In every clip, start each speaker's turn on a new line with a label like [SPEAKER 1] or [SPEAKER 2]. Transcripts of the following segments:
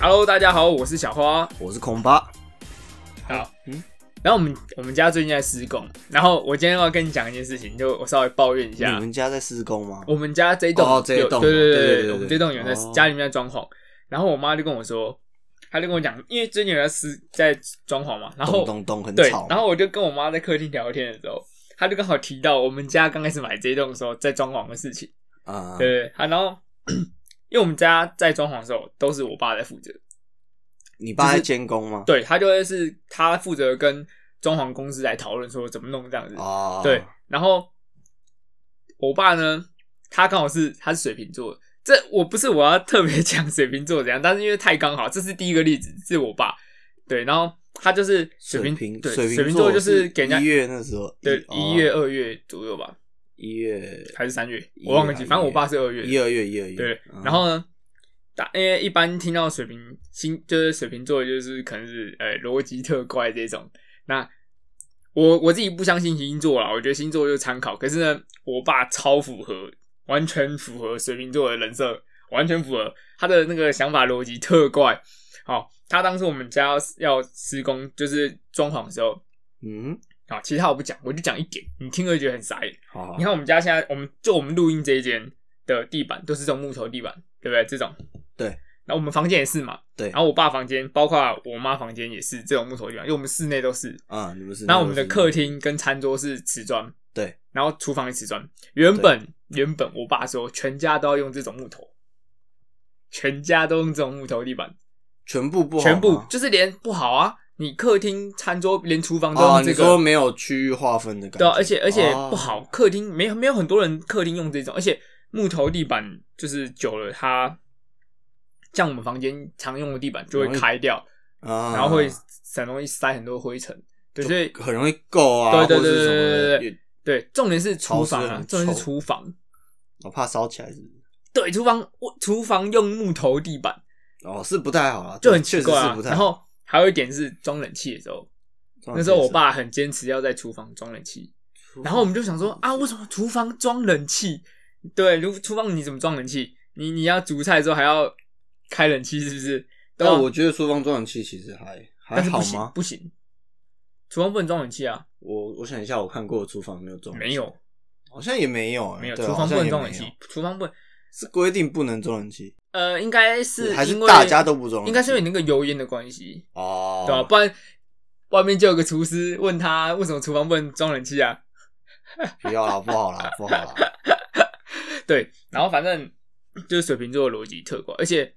[SPEAKER 1] Hello，大家好，我是小花。
[SPEAKER 2] 我是孔巴，
[SPEAKER 1] 好，
[SPEAKER 2] 嗯
[SPEAKER 1] 然后我们我们家最近在施工，然后我今天要跟你讲一件事情，就我稍微抱怨一
[SPEAKER 2] 你
[SPEAKER 1] 下。
[SPEAKER 2] 们家在施工吗？
[SPEAKER 1] 我们家这一栋有、
[SPEAKER 2] 嗯哦这一栋
[SPEAKER 1] 对对
[SPEAKER 2] 对对对对
[SPEAKER 1] 我们这栋有人在、
[SPEAKER 2] 哦
[SPEAKER 1] 家里面在装潢，然后我妈就跟我说，她就跟我讲，因为最近有人在施在装潢嘛，然后
[SPEAKER 2] 咚咚咚，很
[SPEAKER 1] 对
[SPEAKER 2] 吵，。
[SPEAKER 1] 然后我就跟我妈在客厅聊天的时候，她就刚好提到我们家刚开始买这一栋的时候在装潢的事情，
[SPEAKER 2] 啊，
[SPEAKER 1] 对对，她然后 因为我们家在装潢的时候都是我爸在负责，
[SPEAKER 2] 你爸在监工吗？
[SPEAKER 1] 对他就会是他负责跟装潢公司来讨论说怎么弄这样子，
[SPEAKER 2] 哦，
[SPEAKER 1] 对，，然后我爸呢，他刚好是他是水瓶座的，这我不是我要特别 讲水瓶座怎样，但是因为太刚好，这是第一个例子，是我爸，对，然后他就是水
[SPEAKER 2] 水
[SPEAKER 1] 瓶，
[SPEAKER 2] 瓶
[SPEAKER 1] 对，
[SPEAKER 2] 水
[SPEAKER 1] 水瓶座就是
[SPEAKER 2] 是
[SPEAKER 1] 给人家
[SPEAKER 2] 一月那时候，
[SPEAKER 1] 对一月
[SPEAKER 2] 哦
[SPEAKER 1] 二月左右吧，
[SPEAKER 2] 一月
[SPEAKER 1] 还是三月，
[SPEAKER 2] 一
[SPEAKER 1] 我忘
[SPEAKER 2] 月
[SPEAKER 1] 记，
[SPEAKER 2] 啊
[SPEAKER 1] 反正
[SPEAKER 2] 一
[SPEAKER 1] 我爸
[SPEAKER 2] 月
[SPEAKER 1] 是二月的，
[SPEAKER 2] 一二月一二月，
[SPEAKER 1] 对
[SPEAKER 2] 嗯，
[SPEAKER 1] 然后呢，打因为一般听到水瓶星就是水瓶座，就是可能是呃逻辑特怪这种。那我我自己不相信星座啦，我觉得星座就是参考。可是呢，我爸超符合，完全符合水瓶座的人设，完全符合他的那个想法逻辑特怪。好、他当时我们家要要施工，就是装潢的时候，
[SPEAKER 2] 嗯，
[SPEAKER 1] 啊，其他我不讲，我就讲一点，你听了就觉得很傻眼。
[SPEAKER 2] 好好
[SPEAKER 1] 你，看我们家现在，我们就我们录音这一间的地板都是这种木头地板，对不对？这种
[SPEAKER 2] 对
[SPEAKER 1] 然后我们房间也是嘛，
[SPEAKER 2] 对
[SPEAKER 1] 然后我爸房间，包括我妈房间也是这种木头地板，因为我们室内都是。
[SPEAKER 2] 啊，你们是，
[SPEAKER 1] 那我们的客，厅跟餐桌是瓷砖，
[SPEAKER 2] 对，
[SPEAKER 1] 然后厨房也瓷砖。原本原本我爸说全家都要用这种木头，全家都用这种木头地板，
[SPEAKER 2] 全部不好吗，
[SPEAKER 1] 全部就是连不好啊，你客厅、餐桌连厨房都
[SPEAKER 2] 哦，
[SPEAKER 1] 用
[SPEAKER 2] 你
[SPEAKER 1] 这个，
[SPEAKER 2] 说没有区域划分的感觉，
[SPEAKER 1] 对、啊，而且而且
[SPEAKER 2] 哦
[SPEAKER 1] 不好，，客厅没有没有很多人客厅用这种，而且木头地板就是久了它，像我们房间常用的地板就会
[SPEAKER 2] 容易
[SPEAKER 1] 开掉，
[SPEAKER 2] 啊，
[SPEAKER 1] 然后会很容易塞很多灰尘，对，所以
[SPEAKER 2] 很容易够
[SPEAKER 1] 对
[SPEAKER 2] 啊，
[SPEAKER 1] 对
[SPEAKER 2] 或者是什么的
[SPEAKER 1] 对对对对
[SPEAKER 2] 也
[SPEAKER 1] 对，重点是厨房
[SPEAKER 2] 潮湿
[SPEAKER 1] 啊
[SPEAKER 2] 很，
[SPEAKER 1] 重点是
[SPEAKER 2] 臭
[SPEAKER 1] 厨房，
[SPEAKER 2] 我哦怕烧起来是不是。
[SPEAKER 1] 对，厨房我厨房用木头地板
[SPEAKER 2] 哦，是不太好啊，
[SPEAKER 1] 就很
[SPEAKER 2] 确
[SPEAKER 1] 奇
[SPEAKER 2] 实
[SPEAKER 1] 怪
[SPEAKER 2] 是
[SPEAKER 1] 啊
[SPEAKER 2] 不，太好。哦
[SPEAKER 1] 然后还有一点是装冷气的时候，那时候我爸很坚持要在厨房装冷气，然后我们就想
[SPEAKER 2] 哦
[SPEAKER 1] 说啊，为什么厨房装冷气？对，如厨房你怎么装冷气？你你要煮菜的时候还要开冷气，是不是？
[SPEAKER 2] 但
[SPEAKER 1] 对啊
[SPEAKER 2] 我觉得厨房装冷气其实还还
[SPEAKER 1] 但是
[SPEAKER 2] 好
[SPEAKER 1] 不行
[SPEAKER 2] 吗？
[SPEAKER 1] 不行，厨房不能装冷气啊，
[SPEAKER 2] 我我想一下，我看过的厨房有没有装，
[SPEAKER 1] 没，有
[SPEAKER 2] 好像也没有，
[SPEAKER 1] 哦
[SPEAKER 2] 啊
[SPEAKER 1] 没有，
[SPEAKER 2] 哦对
[SPEAKER 1] 厨房不能装冷，
[SPEAKER 2] 好像也
[SPEAKER 1] 气
[SPEAKER 2] 没有，
[SPEAKER 1] 厨房不能
[SPEAKER 2] 是规定不能装冷气，
[SPEAKER 1] 呃，应该是
[SPEAKER 2] 还是
[SPEAKER 1] 因为
[SPEAKER 2] 大家都不装冷气？
[SPEAKER 1] 应该是因为你那个油烟的关系，
[SPEAKER 2] 哦，
[SPEAKER 1] 对吧、不然外面就有个厨师问他为什么厨房不能装冷气啊？
[SPEAKER 2] 不要啦，不 好啦，不好啦，
[SPEAKER 1] 对，然后反正就是水瓶座的逻辑特怪，而且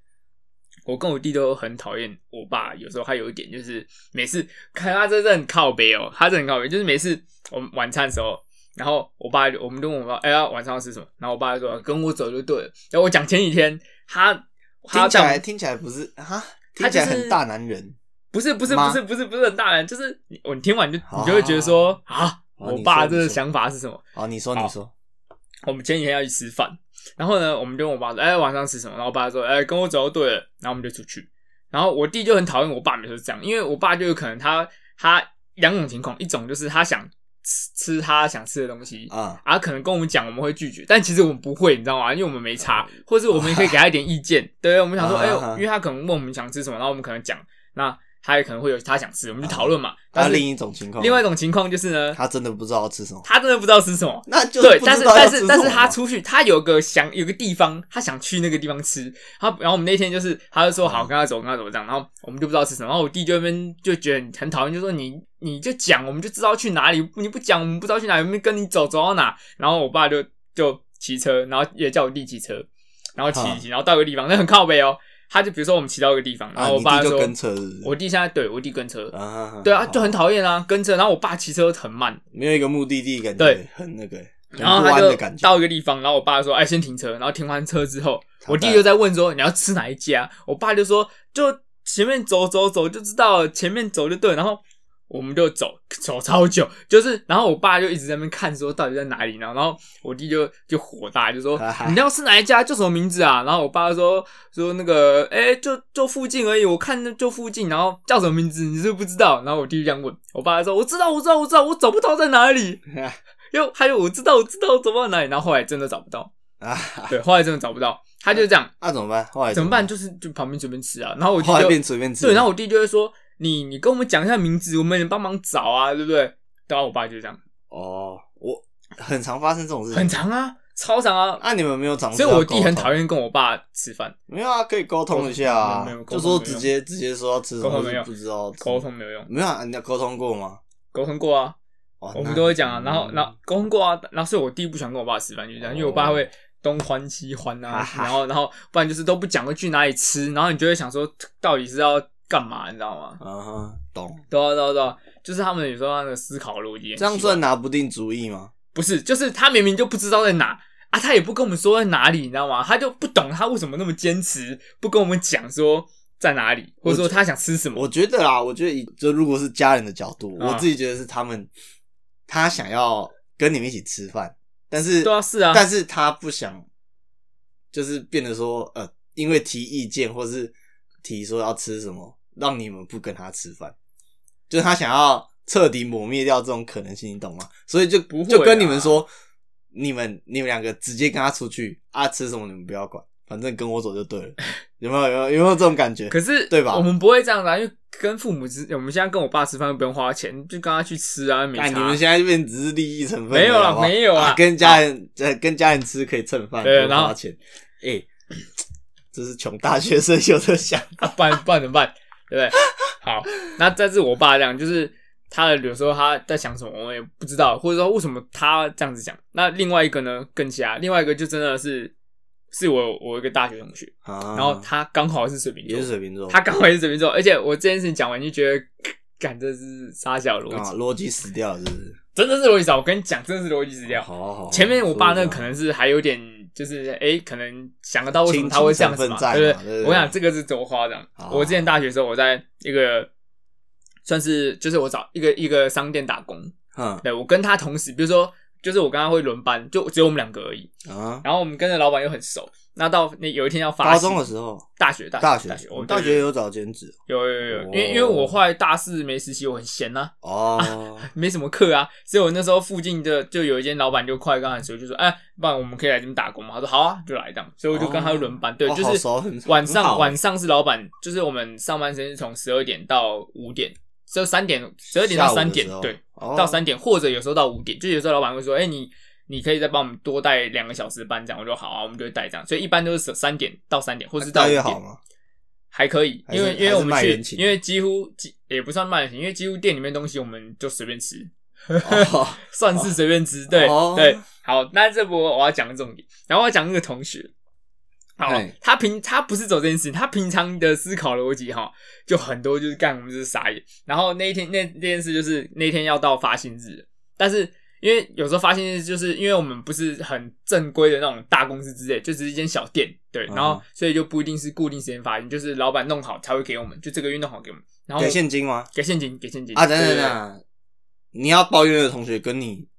[SPEAKER 1] 我跟我弟都很讨厌我爸。有时候他有一点就是每次看他真的很靠背哦，他真的很靠背，就是每次我们晚餐的时候，然后我爸就我们就问我爸，哎、呀晚上要吃什么？然后我爸就说跟我走就对了。然后我讲前几天他他
[SPEAKER 2] 听起
[SPEAKER 1] 讲
[SPEAKER 2] 来听起来不是哈，
[SPEAKER 1] 他
[SPEAKER 2] 听起
[SPEAKER 1] 就
[SPEAKER 2] 来
[SPEAKER 1] 是
[SPEAKER 2] 很大男人。
[SPEAKER 1] 不是不是不
[SPEAKER 2] 妈
[SPEAKER 1] 是不是不是很大人，就是你我你听完就你就会觉得说啊，
[SPEAKER 2] 哦
[SPEAKER 1] 我
[SPEAKER 2] 你
[SPEAKER 1] 爸
[SPEAKER 2] 说
[SPEAKER 1] 这
[SPEAKER 2] 你
[SPEAKER 1] 个
[SPEAKER 2] 说
[SPEAKER 1] 想法是什么？
[SPEAKER 2] 好，你说你说，
[SPEAKER 1] 我们前几天要去吃饭，然后呢，我们就问我爸说：“哎、晚上吃什么？”然后我爸说：“哎、跟我走就对了。”然后我们就出去。然后我弟就很讨厌我爸每次这样，因为我爸就有可能他他两种情况，一种就是他想吃吃他想吃的东西，
[SPEAKER 2] 啊，
[SPEAKER 1] 啊，可能跟我们讲我们会拒绝，但其实我们不会，你知道吗？因为我们没
[SPEAKER 2] 哦
[SPEAKER 1] 差，或是我们也可以给他一点意 见。对，我们想说，
[SPEAKER 2] 啊
[SPEAKER 1] 哎、
[SPEAKER 2] 啊
[SPEAKER 1] 因为他可能问我们想吃什么，然后我们可能讲，那他也可能会有他想吃，我们就讨论嘛。但
[SPEAKER 2] 那
[SPEAKER 1] 是
[SPEAKER 2] 哦另一种情况，
[SPEAKER 1] 另外一种情况就是呢，
[SPEAKER 2] 他真的不知道要吃什么，
[SPEAKER 1] 他真的不知道吃什么，
[SPEAKER 2] 那就
[SPEAKER 1] 对，
[SPEAKER 2] 不
[SPEAKER 1] 但
[SPEAKER 2] 知
[SPEAKER 1] 是
[SPEAKER 2] 道要
[SPEAKER 1] 但
[SPEAKER 2] 吃
[SPEAKER 1] 是但是
[SPEAKER 2] 什么
[SPEAKER 1] 他
[SPEAKER 2] 嘛
[SPEAKER 1] 出去，他有个想有个地方，他想去那个地方吃。他然后我们那天就是，他就说
[SPEAKER 2] 嗯
[SPEAKER 1] 好，跟他走，跟他走这样。然后我们就不知道吃什么，然后我弟就那边就觉得很讨厌，就说你你就讲，我们就知道去哪里，你不讲我们不知道去哪里，我们跟你走走到哪。然后我爸就就骑车，然后也叫我弟骑车，然后骑
[SPEAKER 2] 啊
[SPEAKER 1] 骑，然后到一个地方，那很靠北哦。他就比如说我们骑到一个地方，然
[SPEAKER 2] 啊，
[SPEAKER 1] 后我
[SPEAKER 2] 你
[SPEAKER 1] 爸
[SPEAKER 2] 弟
[SPEAKER 1] 就
[SPEAKER 2] 就
[SPEAKER 1] 说，
[SPEAKER 2] 跟车，是不是
[SPEAKER 1] 我弟现在对我弟跟车，
[SPEAKER 2] 啊，
[SPEAKER 1] 对啊，就很
[SPEAKER 2] 好
[SPEAKER 1] 讨厌啊，跟车。然后我爸骑车很慢，
[SPEAKER 2] 没有一个目的地，感觉
[SPEAKER 1] 对
[SPEAKER 2] 很那个，很
[SPEAKER 1] 然后
[SPEAKER 2] 不
[SPEAKER 1] 他
[SPEAKER 2] 安
[SPEAKER 1] 就
[SPEAKER 2] 的感觉。
[SPEAKER 1] 到一个地方，然后我爸说：“哎，先停车。”然后停完车之后，
[SPEAKER 2] 惨
[SPEAKER 1] 我弟
[SPEAKER 2] 淡
[SPEAKER 1] 就在问说：“你要吃哪一家？”我爸就说：“就前面走走走就知道了，前面走就对了。”然后我们就走走超久，就是然后我爸就一直在那边看说到底在哪里，然后然后我弟就就火大，就说：“你要吃哪一家？叫什么名字啊？”然后我爸就说：“说那个哎、就就附近而已，我看就附近，然后叫什么名字你是不是不知道。”然后我弟就这样问，我爸就说：“我知道，我知道，我知道，我找不到在哪里。”因为还有我知道我知道我走不到哪里，然后后来真的找不到，
[SPEAKER 2] 啊，
[SPEAKER 1] 对，后来真的找不到，他就这样，
[SPEAKER 2] 那怎么办？后来
[SPEAKER 1] 怎么办？？就是就旁边随便吃啊。然后我弟
[SPEAKER 2] 后来
[SPEAKER 1] 就
[SPEAKER 2] 变随便吃。
[SPEAKER 1] 对，然后我弟就会说：“你你跟我们讲一下名字，我们也帮忙找啊，对不对？”然后我爸就这样，
[SPEAKER 2] 哦，我很常发生这种事情，
[SPEAKER 1] 很。长啊，超长啊，
[SPEAKER 2] 那你们没有长，
[SPEAKER 1] 所以我弟很讨
[SPEAKER 2] 厌。
[SPEAKER 1] 厌跟我爸吃饭，
[SPEAKER 2] 没有啊，可以沟通一下
[SPEAKER 1] 没有没有，
[SPEAKER 2] 啊
[SPEAKER 1] 沟
[SPEAKER 2] 就
[SPEAKER 1] 通
[SPEAKER 2] 说
[SPEAKER 1] 没有
[SPEAKER 2] 直接直接说要吃什
[SPEAKER 1] 沟
[SPEAKER 2] 么，
[SPEAKER 1] 通没有
[SPEAKER 2] 不知道吃
[SPEAKER 1] 沟通没有用，
[SPEAKER 2] 没有啊？你要沟通过吗？
[SPEAKER 1] 沟通过啊，
[SPEAKER 2] 哦
[SPEAKER 1] 我
[SPEAKER 2] 那
[SPEAKER 1] 们都会讲啊。然后然后
[SPEAKER 2] 嗯哦
[SPEAKER 1] 沟通过啊，然后所以我弟不喜欢跟我爸吃饭，就这样，因为我爸会。东欢西欢啊
[SPEAKER 2] 哈，哈
[SPEAKER 1] 然后然后不然就是都不讲会去哪里吃，然后你就会想说到底是要干嘛，你知道吗？
[SPEAKER 2] 嗯哼，懂。
[SPEAKER 1] 对啊对啊对啊，就是他们有时候那个思考逻辑很奇怪，
[SPEAKER 2] 这样算拿不定主意吗？
[SPEAKER 1] 不是，就是他明明就不知道在哪啊，他也不跟我们说在哪里，你知道吗？他就不懂他为什么那么坚持不跟我们讲说在哪里，或者说他想吃什么。
[SPEAKER 2] 我觉得啦，我觉得以就如果是家人的角度，
[SPEAKER 1] 啊
[SPEAKER 2] 我自己觉得是他们他想要跟你们一起吃饭，但是
[SPEAKER 1] 对啊，是啊，
[SPEAKER 2] 但是他不想，就是变得说，呃，因为提意见或是提说要吃什么，让你们不跟他吃饭，就是他想要彻底抹灭掉这种可能性，你懂吗？所以就
[SPEAKER 1] 不会啊
[SPEAKER 2] 就跟你们说，你们你们两个直接跟他出去啊，吃什么你们不要管，反正跟我走就 对了，有没有有没有有没有这种感 觉？
[SPEAKER 1] 可是
[SPEAKER 2] 对吧
[SPEAKER 1] 我们不会这样的、啊，因为跟父母之，我们现在跟我爸吃饭又不用花钱，就跟他去吃啊，没差。
[SPEAKER 2] 哎，你们现在这边只是利益成分而已，
[SPEAKER 1] 没有啦
[SPEAKER 2] 好不好
[SPEAKER 1] 没有啊
[SPEAKER 2] 啊，跟家人呃跟家人吃可以蹭饭，
[SPEAKER 1] 对
[SPEAKER 2] 不用
[SPEAKER 1] 然后
[SPEAKER 2] 花钱，哎， 这是穷大学生有的想法。
[SPEAKER 1] 啊，不然不然怎么办？对不对？好，那再是我爸这样，就是他的有时候他在想什么，我也不知道，或者说为什么他这样子讲。那另外一个呢更瞎，另外一个就真的是是我我一个大学同学，
[SPEAKER 2] 啊
[SPEAKER 1] 然后他刚好是水瓶
[SPEAKER 2] 也是
[SPEAKER 1] 座，
[SPEAKER 2] 水瓶座，
[SPEAKER 1] 他刚好也是水瓶座，而且我这件事情讲完就觉得，干这是傻小逻
[SPEAKER 2] 啊
[SPEAKER 1] 辑，
[SPEAKER 2] 逻辑死掉了，是不是？
[SPEAKER 1] 真的是逻辑少。我跟你讲，真的是逻辑死掉。
[SPEAKER 2] 好好好，
[SPEAKER 1] 前面我爸那个可
[SPEAKER 2] 说一下
[SPEAKER 1] 能是还有点，就是哎、诶可能想得到为什么他会这样子嘛，
[SPEAKER 2] 亲情成分在嘛
[SPEAKER 1] 对不
[SPEAKER 2] 对对对啊
[SPEAKER 1] 我想这个是多夸张。
[SPEAKER 2] 好
[SPEAKER 1] 我之前大学的时候，我在一个算是就是我找一个一个商店打工，
[SPEAKER 2] 嗯
[SPEAKER 1] 对我跟他同时，比如说就是我跟他会轮班，就只有我们两个而已。
[SPEAKER 2] 嗯啊，
[SPEAKER 1] 然后我们跟着老板又很熟，那到那有一天要发
[SPEAKER 2] 高
[SPEAKER 1] 薪
[SPEAKER 2] 中的时候，
[SPEAKER 1] 大学大
[SPEAKER 2] 大
[SPEAKER 1] 学大学，我
[SPEAKER 2] 大
[SPEAKER 1] 对
[SPEAKER 2] 学有找兼职
[SPEAKER 1] 有有有有，因为
[SPEAKER 2] 哦
[SPEAKER 1] 因为我后来大四没实习，我很闲啊呐、
[SPEAKER 2] 哦，
[SPEAKER 1] 没什么课啊，所以我那时候附近的就有一间老板就快干很熟，就说，哎、不然我们可以来这边打工嘛。他说好啊，就来这样，所以我就跟他轮班，对，
[SPEAKER 2] 哦
[SPEAKER 1] 就
[SPEAKER 2] 好
[SPEAKER 1] 是
[SPEAKER 2] 熟很
[SPEAKER 1] 晚
[SPEAKER 2] 很好
[SPEAKER 1] 上
[SPEAKER 2] 欸
[SPEAKER 1] 晚上是老板，就是我们上班时间是从十二点到五点，就三点 十二点到三点
[SPEAKER 2] 下午，的时
[SPEAKER 1] 对
[SPEAKER 2] 候，哦
[SPEAKER 1] 到三点，或者有时候到五点，就有时候老板会说，哎、你你可以再帮我们多带两个小时班，这样我就好啊，我们就会带这样，所以一般都是三点到三点，或是到五
[SPEAKER 2] 待遇
[SPEAKER 1] 点。
[SPEAKER 2] 好吗？
[SPEAKER 1] 还可以，
[SPEAKER 2] 还是
[SPEAKER 1] 因为因为我们
[SPEAKER 2] 还是卖人
[SPEAKER 1] 去，
[SPEAKER 2] 情
[SPEAKER 1] 因为几乎几也不算卖人情，因为几乎店里面东西我们就随便吃，
[SPEAKER 2] 哦
[SPEAKER 1] 算是随便吃，对、
[SPEAKER 2] 哦
[SPEAKER 1] 对。好，那这波我要讲重点，然后我要讲那个同学，好
[SPEAKER 2] 嘿，
[SPEAKER 1] 他平他不是走这件事情，他平常的思考逻辑哈，就很多就是干我们就是傻眼。然后那一天那那件事就是那天要到发薪日了，但是因为有时候发薪日就是因为我们不是很正规的那种大公司之类，就只是一间小店，对，
[SPEAKER 2] 嗯
[SPEAKER 1] 然后所以就不一定是固定时间发薪，就是老板弄好才会给我们，就这个月弄好给我们，然后
[SPEAKER 2] 给现金吗？
[SPEAKER 1] 给现金给现金
[SPEAKER 2] 啊，等
[SPEAKER 1] 对
[SPEAKER 2] 等
[SPEAKER 1] 对对
[SPEAKER 2] 等等，你要抱怨的同学跟你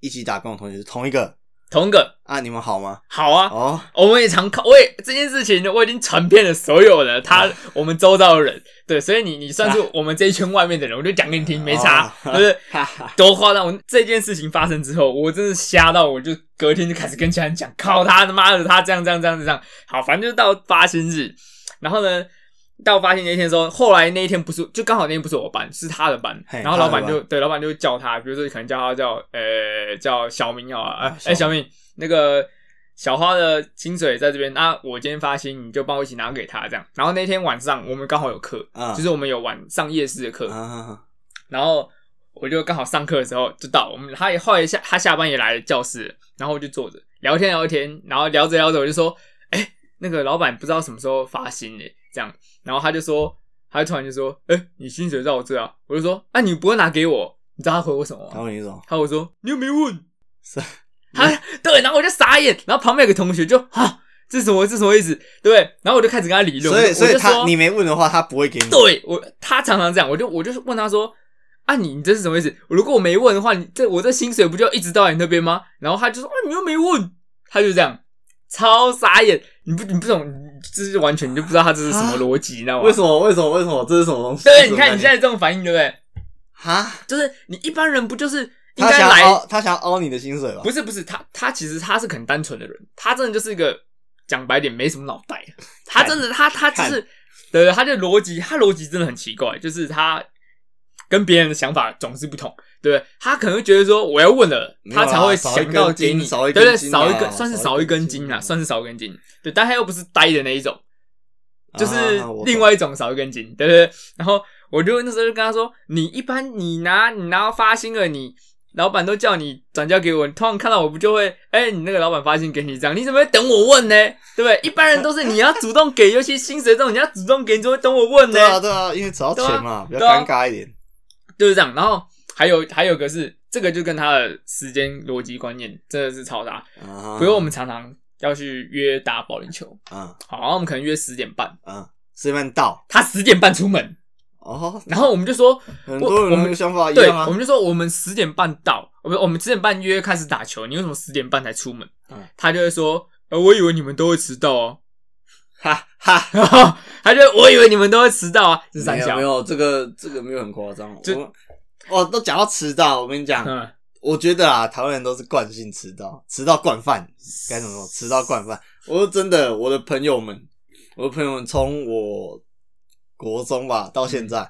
[SPEAKER 2] 一起打工的同学是同一个
[SPEAKER 1] 同一个
[SPEAKER 2] 啊？你们好吗？
[SPEAKER 1] 好啊，
[SPEAKER 2] 哦，
[SPEAKER 1] 我们也常看，我也这件事情，我已经传遍了所有的他，我们周遭的人，对，所以你你算是我们这一圈外面的人，我就讲给你听，没差，
[SPEAKER 2] 哦
[SPEAKER 1] 就是
[SPEAKER 2] 哈哈，
[SPEAKER 1] 多夸张。我这件事情发生之后，我真是吓到，我就隔天就开始跟其他人讲，靠他他妈的，他这样这样这样这样，好，反正就是到发薪日，然后呢，到发薪那天的时候，后来那一天不是，就刚好那天不是我班，是他的班，
[SPEAKER 2] 嘿
[SPEAKER 1] 然后老板
[SPEAKER 2] 他
[SPEAKER 1] 就
[SPEAKER 2] 的
[SPEAKER 1] 对老板就叫他，比如说可能叫他叫呃叫小明好啊，哎、
[SPEAKER 2] 小明
[SPEAKER 1] 小明那个。小花的薪水在这边，那、我今天发薪，你就帮我一起拿给他这样。然后那天晚上我们刚好有课，
[SPEAKER 2] 嗯
[SPEAKER 1] 就是我们有晚上夜市的课，
[SPEAKER 2] 啊，
[SPEAKER 1] 然后我就刚好上课的时候就到，我们他也后来下他下班也来教室了，然后我就坐着聊天聊天，然后聊着聊着我就说，哎、那个老板不知道什么时候发薪诶、这样，然后他就说，他就突然就说，哎、你薪水在我这啊，我就说，啊你不会拿给我，你知道他回我什么
[SPEAKER 2] 他
[SPEAKER 1] 吗？
[SPEAKER 2] 问你什么？
[SPEAKER 1] 他会说你又没问，
[SPEAKER 2] 是啊
[SPEAKER 1] 他对，然后我就傻眼，然后旁边有个同学就啊这是什么这是什么意思？对，然后我就开始跟他理论，
[SPEAKER 2] 所
[SPEAKER 1] 我
[SPEAKER 2] 以
[SPEAKER 1] 就
[SPEAKER 2] 所
[SPEAKER 1] 我
[SPEAKER 2] 以
[SPEAKER 1] 就
[SPEAKER 2] 他
[SPEAKER 1] 说
[SPEAKER 2] 你没问的话，他不会给你。
[SPEAKER 1] 对我，他常常这样，我就我就问他说：“啊你，你这是什么意思？如果我没问的话，你这我这薪水不就一直到你那边吗？”然后他就说：“啊，你又没问。”他就这样，超傻眼，你不你不懂，你这是完全你就不知道他这是什么逻辑，你知道吗？
[SPEAKER 2] 啊为什么？为什么？为什么？这是什么东西？
[SPEAKER 1] 啊对，你看你现在这种反应，对不对？
[SPEAKER 2] 哈，
[SPEAKER 1] 就是你一般人不就是应
[SPEAKER 2] 他
[SPEAKER 1] 该
[SPEAKER 2] 想要
[SPEAKER 1] 来？
[SPEAKER 2] 凹，他想要凹你的薪水吧？
[SPEAKER 1] 不是不是，他他其实他是很单纯的人，他真的就是一个讲白点没什么脑 袋，他真的他他就是对，他就逻辑他逻辑真的很奇怪，就是他跟别人的想法总是不同，对不对？他可能会觉得说我要问了，
[SPEAKER 2] 没有
[SPEAKER 1] 他
[SPEAKER 2] 啦
[SPEAKER 1] 才会想到给你，
[SPEAKER 2] 少一
[SPEAKER 1] 对
[SPEAKER 2] 根
[SPEAKER 1] 对，
[SPEAKER 2] 筋少
[SPEAKER 1] 少
[SPEAKER 2] 一根筋啊
[SPEAKER 1] 一根算是少一根筋
[SPEAKER 2] 少一根筋啊
[SPEAKER 1] 啊，算是少一根筋，对，但他又不是呆的那一种。就是
[SPEAKER 2] 啊我懂
[SPEAKER 1] 另外一种少一根筋，对不对？然后我就那时候就跟他说，你一般你拿你拿到发薪了，你老板都叫你转交给我，你通常看到我不就会，哎、你那个老板发薪给你这样，你怎么会等我问呢？ 对不对？一般人都是你要主动给，尤其薪水这种你要主动给，你怎么会等我问呢
[SPEAKER 2] 对？啊对啊，因为找到钱嘛，比
[SPEAKER 1] 对啊
[SPEAKER 2] 较尴尬一点。
[SPEAKER 1] 就是这样。然后还有还有个是，这个就跟他的时间逻辑观念真的是超大。
[SPEAKER 2] 啊
[SPEAKER 1] 比如我们常常要去约打保龄球，
[SPEAKER 2] 啊
[SPEAKER 1] 好，然后我们可能约十点半，
[SPEAKER 2] 啊，吃饭到
[SPEAKER 1] 他十点半出门，
[SPEAKER 2] 哦，
[SPEAKER 1] 然后我们就说。
[SPEAKER 2] 很多
[SPEAKER 1] 我
[SPEAKER 2] 人
[SPEAKER 1] 我们
[SPEAKER 2] 的想法一
[SPEAKER 1] 对，
[SPEAKER 2] 样啊
[SPEAKER 1] 我。们就说我们十点半到，我们我们十点半约开始打球，你为什么十点半才出门？
[SPEAKER 2] 嗯
[SPEAKER 1] 他就会说，呃，我以为你们都会迟到哦，
[SPEAKER 2] 哈哈，
[SPEAKER 1] 他就我以为你们都会迟到啊，这是
[SPEAKER 2] 没
[SPEAKER 1] 三
[SPEAKER 2] 有
[SPEAKER 1] 小
[SPEAKER 2] 没，有这个这个没有很夸张，
[SPEAKER 1] 这
[SPEAKER 2] 我哦都讲到迟到，我跟你讲，
[SPEAKER 1] 嗯，
[SPEAKER 2] 我觉得啊，台湾人都是惯性迟到，迟到惯犯，该怎么说？迟到惯犯。我说真的，我的朋友们，我的朋友们从我国中吧到现在，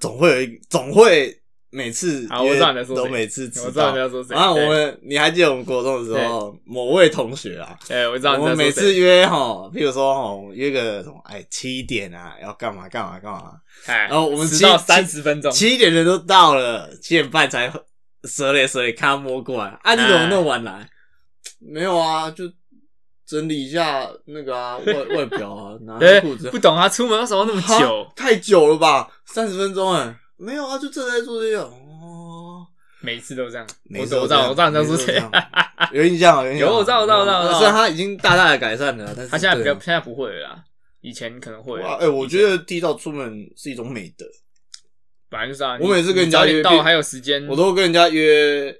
[SPEAKER 2] 总会有一总会每次
[SPEAKER 1] 好我知道你
[SPEAKER 2] 约
[SPEAKER 1] 在说谁
[SPEAKER 2] 都每次
[SPEAKER 1] 我
[SPEAKER 2] 迟
[SPEAKER 1] 知道
[SPEAKER 2] 到
[SPEAKER 1] 你。要说谁
[SPEAKER 2] 啊，我
[SPEAKER 1] 对
[SPEAKER 2] 们你还记得我们国中的时候，某位同学啊，
[SPEAKER 1] 哎，我知道你
[SPEAKER 2] 我
[SPEAKER 1] 在
[SPEAKER 2] 们每
[SPEAKER 1] 说谁，
[SPEAKER 2] 次约哈，譬如说哈，约个什么，哎，七点啊，要干嘛干嘛干嘛，
[SPEAKER 1] 哎，
[SPEAKER 2] 然后呃我们
[SPEAKER 1] 迟
[SPEAKER 2] 七
[SPEAKER 1] 到
[SPEAKER 2] 七
[SPEAKER 1] 三十分钟，
[SPEAKER 2] 七点人都到了，七点半才蛇嘞蛇嘞咔摸过来啊！你怎么那么晚来？没有啊，就整理一下那个啊外外表啊， 拿
[SPEAKER 1] 对，
[SPEAKER 2] 裤子
[SPEAKER 1] 不。懂啊，出门为什么那么
[SPEAKER 2] 哈
[SPEAKER 1] 久？
[SPEAKER 2] 太久了吧？三十分钟哎、没有啊，就正在做这个哦。
[SPEAKER 1] 每次都这样，
[SPEAKER 2] 每
[SPEAKER 1] 我
[SPEAKER 2] 次
[SPEAKER 1] 知我
[SPEAKER 2] 都
[SPEAKER 1] 知道我知道你在说
[SPEAKER 2] 每
[SPEAKER 1] 谁
[SPEAKER 2] 次，都这样有印象啊，有印象啊。
[SPEAKER 1] 有我知道我知道我知道我知道
[SPEAKER 2] 虽然他已经大大的改善了，但是
[SPEAKER 1] 他现在比较
[SPEAKER 2] 对啊
[SPEAKER 1] 现在不会了啦，以前可能会
[SPEAKER 2] 哇，
[SPEAKER 1] 啊，
[SPEAKER 2] 哎、我
[SPEAKER 1] 以
[SPEAKER 2] 觉
[SPEAKER 1] 前
[SPEAKER 2] 得提早出门是一种美德。
[SPEAKER 1] 本来就是啊，
[SPEAKER 2] 我
[SPEAKER 1] 你
[SPEAKER 2] 每次跟人
[SPEAKER 1] 你
[SPEAKER 2] 家
[SPEAKER 1] 早点
[SPEAKER 2] 约
[SPEAKER 1] 到
[SPEAKER 2] 便
[SPEAKER 1] 还有时间，
[SPEAKER 2] 我都跟人家约，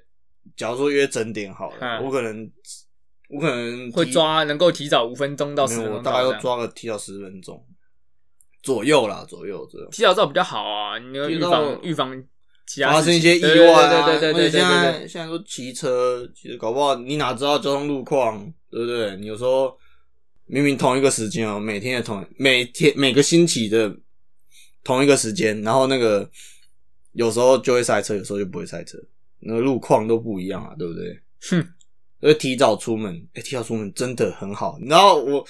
[SPEAKER 2] 假如说约整点好了，
[SPEAKER 1] 嗯
[SPEAKER 2] 我可能我可能
[SPEAKER 1] 会
[SPEAKER 2] 提
[SPEAKER 1] 抓能够提早五分钟到
[SPEAKER 2] 没
[SPEAKER 1] 十
[SPEAKER 2] 有
[SPEAKER 1] 分
[SPEAKER 2] 我
[SPEAKER 1] 钟到
[SPEAKER 2] 大
[SPEAKER 1] 这
[SPEAKER 2] 概
[SPEAKER 1] 样，
[SPEAKER 2] 要抓个提到十分钟左右啦，左右左右。
[SPEAKER 1] 提早照比较好啊，你要
[SPEAKER 2] 提
[SPEAKER 1] 预
[SPEAKER 2] 早
[SPEAKER 1] 防预防其他
[SPEAKER 2] 发
[SPEAKER 1] 事
[SPEAKER 2] 生一
[SPEAKER 1] 情
[SPEAKER 2] 些意
[SPEAKER 1] 对对
[SPEAKER 2] 外啊，
[SPEAKER 1] 对对对对
[SPEAKER 2] 而
[SPEAKER 1] 对
[SPEAKER 2] 且现
[SPEAKER 1] 对
[SPEAKER 2] 在
[SPEAKER 1] 对，
[SPEAKER 2] 现在都骑车，其实搞不好你哪知道交通路况，对不对？你有时候明明同一个时间哦，每天的同每天每个星期的同一个时间，然后那个有时候就会塞车，有时候就不会塞车，那个路况都不一样啊，对不对？
[SPEAKER 1] 哼，
[SPEAKER 2] 所以提早出门，哎、提早出门真的很好。然后我，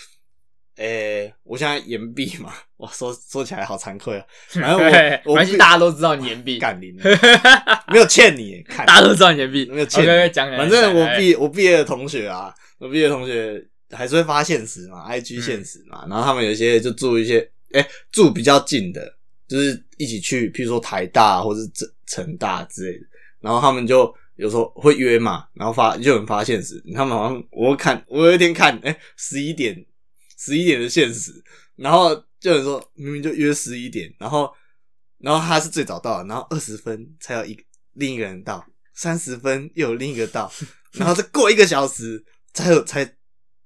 [SPEAKER 2] 哎、我现在延毕嘛，哇，说说起来好惭 愧啊，反正
[SPEAKER 1] 嘿
[SPEAKER 2] 我我
[SPEAKER 1] 没关系
[SPEAKER 2] 必
[SPEAKER 1] 大家都知道你岩 壁，
[SPEAKER 2] 干零，没有欠你，看
[SPEAKER 1] 大家都知道你岩壁，
[SPEAKER 2] 没有欠
[SPEAKER 1] OK，讲起来
[SPEAKER 2] 反正
[SPEAKER 1] 讲
[SPEAKER 2] 我
[SPEAKER 1] 起来哎
[SPEAKER 2] 毕我毕业的同学啊，我毕业的同学还是会发现实嘛，IG
[SPEAKER 1] 嗯
[SPEAKER 2] 现实嘛，然后他们有些就住一些，哎、住比较近的，就是一起去，譬如说台大或是成成大之类的，然后他们就有时候会约嘛，然后发就很发现实，他们好像我看我有一天看，哎、1十一点十一点的现实，然后就有人说明明就约十一点，然后然后他是最早到的，然后二十分才有一个另一个人到，三十分又有另一个到，然后再过一个小时才有才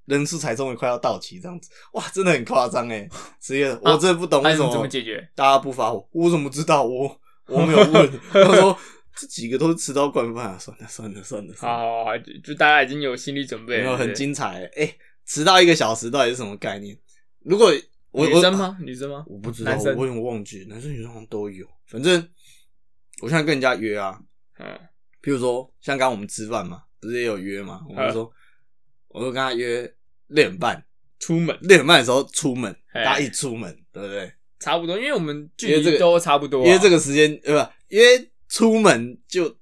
[SPEAKER 2] 人数才终于快要到齐这样子，哇，真的很夸张哎！十月、我真的不懂
[SPEAKER 1] 那
[SPEAKER 2] 为
[SPEAKER 1] 你
[SPEAKER 2] 什
[SPEAKER 1] 啊们怎
[SPEAKER 2] 么
[SPEAKER 1] 么解决？
[SPEAKER 2] 大家不发我，我怎么知道我我没有问？ 他说这几个都是迟到惯犯啊，算了算了算了，
[SPEAKER 1] 好
[SPEAKER 2] 算了
[SPEAKER 1] 好，好就就大家已经有心理准备了，
[SPEAKER 2] 没有很
[SPEAKER 1] 对
[SPEAKER 2] 精彩哎、诶迟到一个小时到底是什么概念？如果我
[SPEAKER 1] 女
[SPEAKER 2] 我
[SPEAKER 1] 生吗？女生吗？
[SPEAKER 2] 我不知道，
[SPEAKER 1] 男
[SPEAKER 2] 我
[SPEAKER 1] 生
[SPEAKER 2] 有点忘记，男生女生好像都有。反正我现在跟人家约啊，
[SPEAKER 1] 嗯，
[SPEAKER 2] 譬如说像刚刚我们吃饭嘛，不是也有约嘛？
[SPEAKER 1] 啊
[SPEAKER 2] 我们说，我就跟他约六点半，
[SPEAKER 1] 出门
[SPEAKER 2] 六点半的时候出门，
[SPEAKER 1] 哎
[SPEAKER 2] 大家一起出门，对不对？
[SPEAKER 1] 差不多，因为我们距
[SPEAKER 2] 因为这
[SPEAKER 1] 离
[SPEAKER 2] 个
[SPEAKER 1] 都差不多啊，
[SPEAKER 2] 因为这个时间，呃，不，因为出门就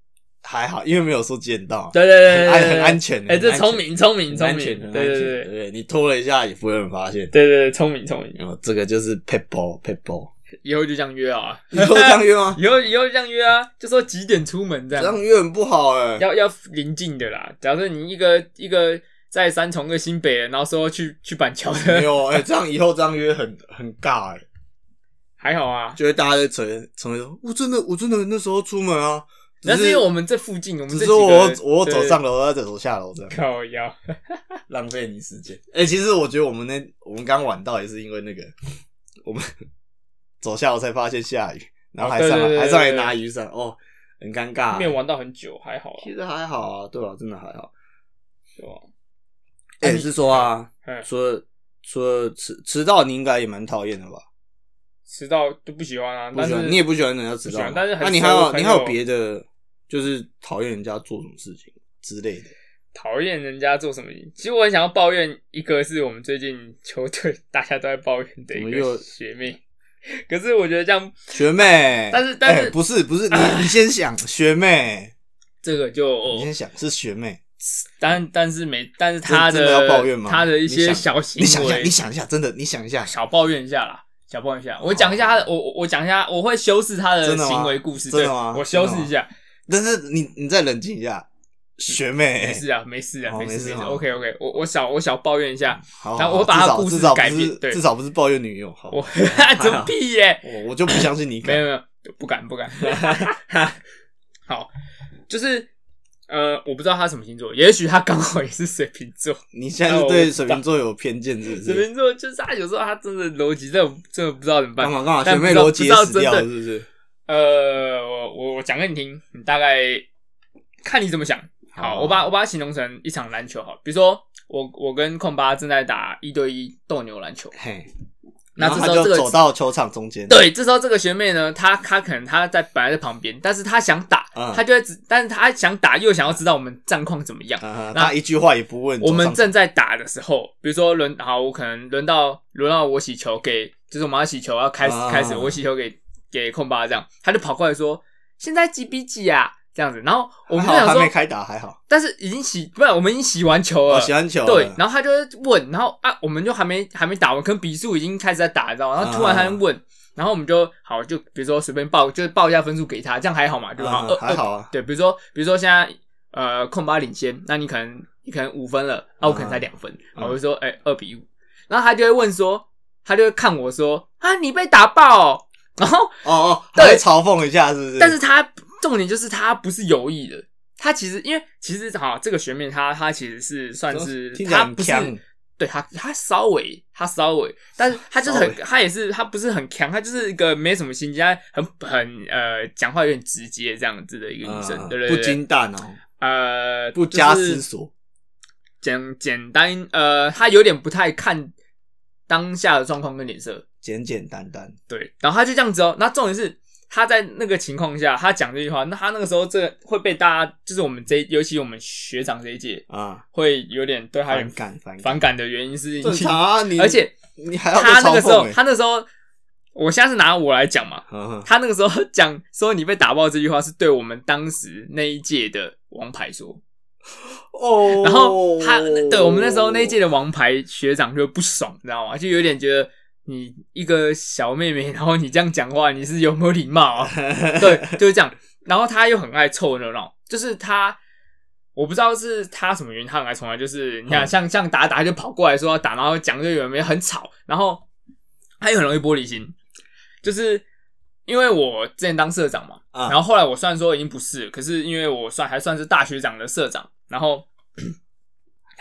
[SPEAKER 2] 还好，因为没有说见到，
[SPEAKER 1] 对对对对
[SPEAKER 2] 很
[SPEAKER 1] 对
[SPEAKER 2] 安
[SPEAKER 1] 对，
[SPEAKER 2] 很安全，
[SPEAKER 1] 哎，这
[SPEAKER 2] 很安全
[SPEAKER 1] 聪，明聪明
[SPEAKER 2] 很
[SPEAKER 1] 聪
[SPEAKER 2] 安
[SPEAKER 1] 明
[SPEAKER 2] 全，，
[SPEAKER 1] 对
[SPEAKER 2] 很安
[SPEAKER 1] 对
[SPEAKER 2] 全
[SPEAKER 1] 对
[SPEAKER 2] 对不对，你拖了一下也不会有人发现。
[SPEAKER 1] 对对，聪明聪明，
[SPEAKER 2] 然后这个就是 p e b b l e p e b b l e
[SPEAKER 1] 以后就这样约啊，
[SPEAKER 2] 你都这样约吗？
[SPEAKER 1] 以后以后就这样约啊，就说几点出门这
[SPEAKER 2] 这
[SPEAKER 1] 样，
[SPEAKER 2] 样约很不好哎、
[SPEAKER 1] 要要临近的啦。假设你一个一个在三重，一个新北人，然后说去去板桥
[SPEAKER 2] 没
[SPEAKER 1] 的，
[SPEAKER 2] 有哎、这样以后这样约很很尬哎、
[SPEAKER 1] 还好啊。
[SPEAKER 2] 就会大家在成成为说，我真的我真的那时候出门啊，只
[SPEAKER 1] 但是因
[SPEAKER 2] 是
[SPEAKER 1] 为我们这附近，我们
[SPEAKER 2] 只
[SPEAKER 1] 这
[SPEAKER 2] 是
[SPEAKER 1] 几个
[SPEAKER 2] 我我走
[SPEAKER 1] 对
[SPEAKER 2] 上楼，再走下楼这 样，
[SPEAKER 1] 靠腰，
[SPEAKER 2] 浪费你时间。哎、其实我觉得我们那我们刚晚到也是因为那个，我们 走下楼才发现下雨，然后还上来、
[SPEAKER 1] 哦对对对对
[SPEAKER 2] 还上来拿雨伞，哦，很尴尬、啊
[SPEAKER 1] 没有玩到很久，还好啦
[SPEAKER 2] 其，实还好啊，对吧、真的还好。
[SPEAKER 1] 对吧？
[SPEAKER 2] 也、
[SPEAKER 1] 哎你
[SPEAKER 2] 是说啊，
[SPEAKER 1] 嗯，
[SPEAKER 2] 除了除了迟迟到，你应该也蛮讨厌的吧？
[SPEAKER 1] 迟到就不喜欢啊，
[SPEAKER 2] 不
[SPEAKER 1] 但
[SPEAKER 2] 喜
[SPEAKER 1] 是
[SPEAKER 2] 欢，你也不喜欢人家迟
[SPEAKER 1] 不喜
[SPEAKER 2] 到
[SPEAKER 1] 欢
[SPEAKER 2] 吗，
[SPEAKER 1] 但是很
[SPEAKER 2] 那你
[SPEAKER 1] 熟
[SPEAKER 2] 还
[SPEAKER 1] 的
[SPEAKER 2] 有
[SPEAKER 1] 朋
[SPEAKER 2] 你还有
[SPEAKER 1] 友
[SPEAKER 2] 别的，就是讨厌人家做什么事情之类的。
[SPEAKER 1] 讨厌人家做什么。其实我很想要抱怨一个是我们最近球队大家都在抱怨的一
[SPEAKER 2] 怎么又
[SPEAKER 1] 个学妹，可是我觉得这样
[SPEAKER 2] 学妹，
[SPEAKER 1] 但是但
[SPEAKER 2] 哎
[SPEAKER 1] 是
[SPEAKER 2] 不是不是，你你 先想学妹，
[SPEAKER 1] 这个就
[SPEAKER 2] 你先想是学妹，
[SPEAKER 1] 但但是没，但是他
[SPEAKER 2] 真的要抱怨吗
[SPEAKER 1] 他的一
[SPEAKER 2] 你
[SPEAKER 1] 些
[SPEAKER 2] 想
[SPEAKER 1] 小行
[SPEAKER 2] 你想一下，
[SPEAKER 1] 为，
[SPEAKER 2] 你想一下，真的，你想一下，
[SPEAKER 1] 小抱怨一下啦，小抱怨一下。我讲一下他的，我我我讲一下，我会修饰他的
[SPEAKER 2] 真的吗
[SPEAKER 1] 行为故事，
[SPEAKER 2] 真的
[SPEAKER 1] 对，
[SPEAKER 2] 吗
[SPEAKER 1] 我修饰一下。
[SPEAKER 2] 但是你你再冷静一下，学
[SPEAKER 1] 没
[SPEAKER 2] 妹，
[SPEAKER 1] 事啊，没事啊，
[SPEAKER 2] 哦
[SPEAKER 1] 没事
[SPEAKER 2] 没事
[SPEAKER 1] 没事。
[SPEAKER 2] 哦
[SPEAKER 1] OK OK，我我小我小抱怨一下，
[SPEAKER 2] 好，
[SPEAKER 1] 然后
[SPEAKER 2] 好
[SPEAKER 1] 我把
[SPEAKER 2] 至
[SPEAKER 1] 他
[SPEAKER 2] 少
[SPEAKER 1] 故事
[SPEAKER 2] 至少不
[SPEAKER 1] 改变
[SPEAKER 2] 是
[SPEAKER 1] 对
[SPEAKER 2] 至少不是抱怨女友，好，
[SPEAKER 1] 我
[SPEAKER 2] 我
[SPEAKER 1] 怎么屁耶？
[SPEAKER 2] 我就不相信你
[SPEAKER 1] 没
[SPEAKER 2] 敢
[SPEAKER 1] 有没有，不敢不敢。好，就是呃，我不知道他什么星座，也许他刚好也是水瓶座。
[SPEAKER 2] 你现在是对水瓶座有偏见，是不
[SPEAKER 1] 水
[SPEAKER 2] 是？
[SPEAKER 1] 瓶座就是他有时候他真的逻辑真的真的不知道怎么办
[SPEAKER 2] 干。嘛干嘛？
[SPEAKER 1] 但
[SPEAKER 2] 啊学妹
[SPEAKER 1] 不知道
[SPEAKER 2] 罗杰
[SPEAKER 1] 不知道
[SPEAKER 2] 死掉了，是
[SPEAKER 1] 真
[SPEAKER 2] 不是？
[SPEAKER 1] 呃，我我我讲给你听，你大概看你怎么想。
[SPEAKER 2] 好
[SPEAKER 1] 好，
[SPEAKER 2] 啊
[SPEAKER 1] 我把我把它形容成一场篮球好了，比如说我我跟控巴正在打一对一斗牛篮球，
[SPEAKER 2] 嘿，
[SPEAKER 1] 那
[SPEAKER 2] 然后
[SPEAKER 1] 这
[SPEAKER 2] 他
[SPEAKER 1] 时候
[SPEAKER 2] 就
[SPEAKER 1] 这个
[SPEAKER 2] 走到球场中间，，
[SPEAKER 1] 对，这时候这个学妹呢，她她可能她在本来在旁边，但是她想打，
[SPEAKER 2] 嗯
[SPEAKER 1] 她就会只，但是她想打又想要知道我们战况怎么样。
[SPEAKER 2] 啊，
[SPEAKER 1] 那
[SPEAKER 2] 他一句话也不问，
[SPEAKER 1] 我们
[SPEAKER 2] 走上
[SPEAKER 1] 正在打的时候，比如说轮好，我可能轮到轮到我洗球给，就是我们要洗球要开始、
[SPEAKER 2] 啊
[SPEAKER 1] 开始，我洗球给给控巴这样，他就跑过来说现在几比几啊这样子，然后我们就
[SPEAKER 2] 还好
[SPEAKER 1] 想
[SPEAKER 2] 还
[SPEAKER 1] 说
[SPEAKER 2] 没开打，还好，
[SPEAKER 1] 但是已经洗，不然我们已经洗完球了。
[SPEAKER 2] 我喜欢球了，
[SPEAKER 1] 对，然后他就会问，然后啊，我们就还没还没打完，可能比数已经开始在打，你知道
[SPEAKER 2] 啊
[SPEAKER 1] 吗？然后突然他就问，然后我们就好，就比如说随便报，就是报一下分数给他，这样还好嘛，对吧？呃
[SPEAKER 2] 嗯
[SPEAKER 1] 二
[SPEAKER 2] 还好啊
[SPEAKER 1] 二对，比如说比如说现在呃控八领先，那你可能你可能五分了，啊，我可能才两分，
[SPEAKER 2] 嗯
[SPEAKER 1] 啊我就说哎二、比五，然后他就会问说，他就会看我说啊你被打爆、哦， 然后
[SPEAKER 2] 哦哦，
[SPEAKER 1] 对
[SPEAKER 2] 还会嘲讽一下，是不是？啊
[SPEAKER 1] 但是他重点就是他不是有意的，他其实因为其实哈，这个学妹她她其实是算是
[SPEAKER 2] 听起来
[SPEAKER 1] 她
[SPEAKER 2] 很
[SPEAKER 1] 不是
[SPEAKER 2] 强
[SPEAKER 1] 对她她稍微她稍微，但是她就是很
[SPEAKER 2] 稍
[SPEAKER 1] 她也是她不是很强，她就是一个没什么心机，她很很呃讲话有点直接这样子的一个女生，
[SPEAKER 2] 嗯
[SPEAKER 1] 对不对？
[SPEAKER 2] 不
[SPEAKER 1] 对
[SPEAKER 2] 经大脑，
[SPEAKER 1] 呃
[SPEAKER 2] 不加
[SPEAKER 1] 就是
[SPEAKER 2] 思索，
[SPEAKER 1] 简简单呃，她有点不太看当下的状况跟脸色，
[SPEAKER 2] 简简单单，
[SPEAKER 1] 对，然后他就这样子哦。那重点是他在那个情况下，他讲这句话，那他那个时候这个会被大家，就是我们这一，尤其我们学长这一届，
[SPEAKER 2] 啊，
[SPEAKER 1] 会有点对他有
[SPEAKER 2] 反
[SPEAKER 1] 点
[SPEAKER 2] 感反
[SPEAKER 1] 反感的原因是，
[SPEAKER 2] 正常啊，你
[SPEAKER 1] 而且
[SPEAKER 2] 你还要被
[SPEAKER 1] 他那个时
[SPEAKER 2] 嘲
[SPEAKER 1] 候
[SPEAKER 2] 讽，欸
[SPEAKER 1] 他那时候，我现在是拿我来讲嘛，
[SPEAKER 2] 呵呵
[SPEAKER 1] 他那个时候讲说你被打爆这句话，是对我们当时那一届的王牌说，
[SPEAKER 2] 哦，
[SPEAKER 1] 然后他对我们那时候那一届的王牌学长就不爽，你知道吗？就有点觉得。你一个小妹妹，然后你这样讲话，你是有没有礼貌啊？对，就是这样。然后他又很爱凑热闹，就是他，我不知道是他什么原因，他很爱凑热闹。就是你看，
[SPEAKER 2] 嗯
[SPEAKER 1] 像像打打就跑过来说要打，然后讲就有没有很吵，然后他又很容易玻璃心，就是因为我之前当社长嘛，
[SPEAKER 2] 啊
[SPEAKER 1] 然后后来我虽然说已经不是，可是因为我算还算是大学长的社长，然后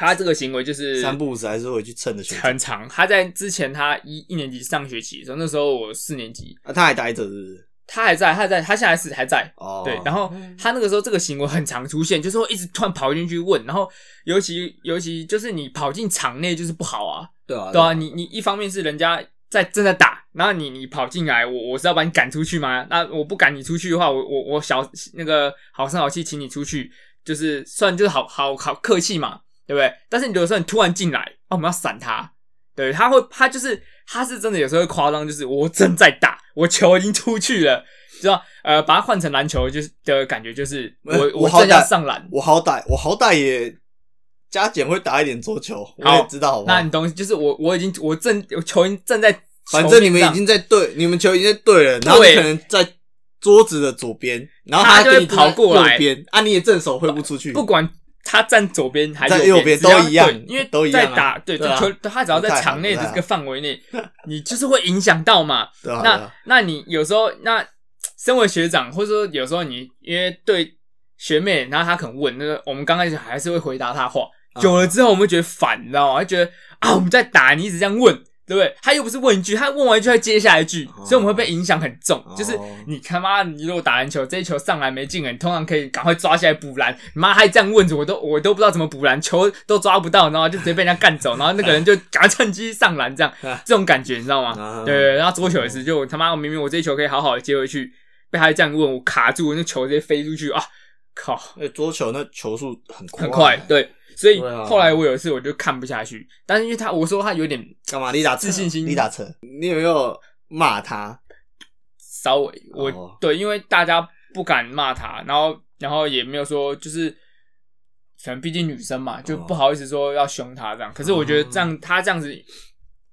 [SPEAKER 1] 他这个行为就是
[SPEAKER 2] 三不五时还是会去蹭的学生
[SPEAKER 1] 很长，他在之前他一一年级上学期的时候，那时候我四年级，
[SPEAKER 2] 啊，他还待着是不是？
[SPEAKER 1] 他还在，他还在，他现在是还在，
[SPEAKER 2] 哦，
[SPEAKER 1] 对，然后他那个时候这个行为很常出现，就是会一直突然跑进去问，然后尤其尤其就是你跑进场内就是不好啊，
[SPEAKER 2] 对啊
[SPEAKER 1] 对啊，你你一方面是人家在正在打，然后你你跑进来，我我是要把你赶出去吗？那我不赶你出去的话，我我我小那个好声好气请你出去，就是算就是好好好客气嘛，对不对？但是你有时候你突然进来，啊，我们要闪他，对，他会他就是他是真的有时候会夸张，就是我正在打，我球已经出去了。知道，呃，把它换成篮球，就是的感觉，就是我
[SPEAKER 2] 呃我好
[SPEAKER 1] 正要
[SPEAKER 2] 歹
[SPEAKER 1] 上篮，
[SPEAKER 2] 我好歹我好歹也加减会打一点桌球，我也知道好不
[SPEAKER 1] 那
[SPEAKER 2] 好
[SPEAKER 1] 你？东西就是我，我已经我正我球已经正在球面上，
[SPEAKER 2] 反正你们已经在对，你们球已经在对了，然后你
[SPEAKER 1] 对
[SPEAKER 2] 可能在桌子的左边，然后
[SPEAKER 1] 他就
[SPEAKER 2] 给
[SPEAKER 1] 会
[SPEAKER 2] 你
[SPEAKER 1] 跑过来
[SPEAKER 2] 右边，啊，你也正手挥不出去，
[SPEAKER 1] 不管他站左边还
[SPEAKER 2] 在
[SPEAKER 1] 是
[SPEAKER 2] 右边
[SPEAKER 1] 只要
[SPEAKER 2] 都一样
[SPEAKER 1] 对因为
[SPEAKER 2] 都一样
[SPEAKER 1] 在
[SPEAKER 2] 啊
[SPEAKER 1] 打，对，就
[SPEAKER 2] 对啊
[SPEAKER 1] 球他只要在场内
[SPEAKER 2] 不
[SPEAKER 1] 的
[SPEAKER 2] 太好
[SPEAKER 1] 这个范围内，你就是会影响到嘛。
[SPEAKER 2] 对啊，对
[SPEAKER 1] 那
[SPEAKER 2] 啊
[SPEAKER 1] 那你有时候那身为学长，或者说有时候你因为对学妹，然后她肯问，那个我们刚开始还是会回答她话，
[SPEAKER 2] 嗯
[SPEAKER 1] 啊久了之后我们会觉得烦，你知道吗？会觉得啊我们在打，你一直这样问，对不对？他又不是问一句，他问完一句，再接下一句，所以我们会被影响很重。
[SPEAKER 2] 哦
[SPEAKER 1] 就是你他妈，你如果打篮球，这一球上来没进了，你通常可以赶快抓下来补篮。你妈还这样问着我都我都不知道怎么补篮，球都抓不到，然后就直接被人家干走，然后那个人就赶快趁机上篮，这样这种感觉你知道吗？
[SPEAKER 2] 啊
[SPEAKER 1] 对对，对然后桌球也是，就我他妈明明我这一球可以好好的接回去，被他这样问，我卡住，那球直接飞出去啊！靠，
[SPEAKER 2] 那哎桌球那球速很快啊
[SPEAKER 1] 很快，，对。所以
[SPEAKER 2] 对啊
[SPEAKER 1] 后来我有一次我就看不下去，但是因为他我说他有点
[SPEAKER 2] 干嘛？你打
[SPEAKER 1] 自信心
[SPEAKER 2] 你打车，你有没有骂他？
[SPEAKER 1] 稍微我、
[SPEAKER 2] 哦
[SPEAKER 1] 对，因为大家不敢骂他，然后然后也没有说就是，可能毕竟女生嘛，就
[SPEAKER 2] 哦
[SPEAKER 1] 不好意思说要凶他这样。可是我觉得这样、他这样子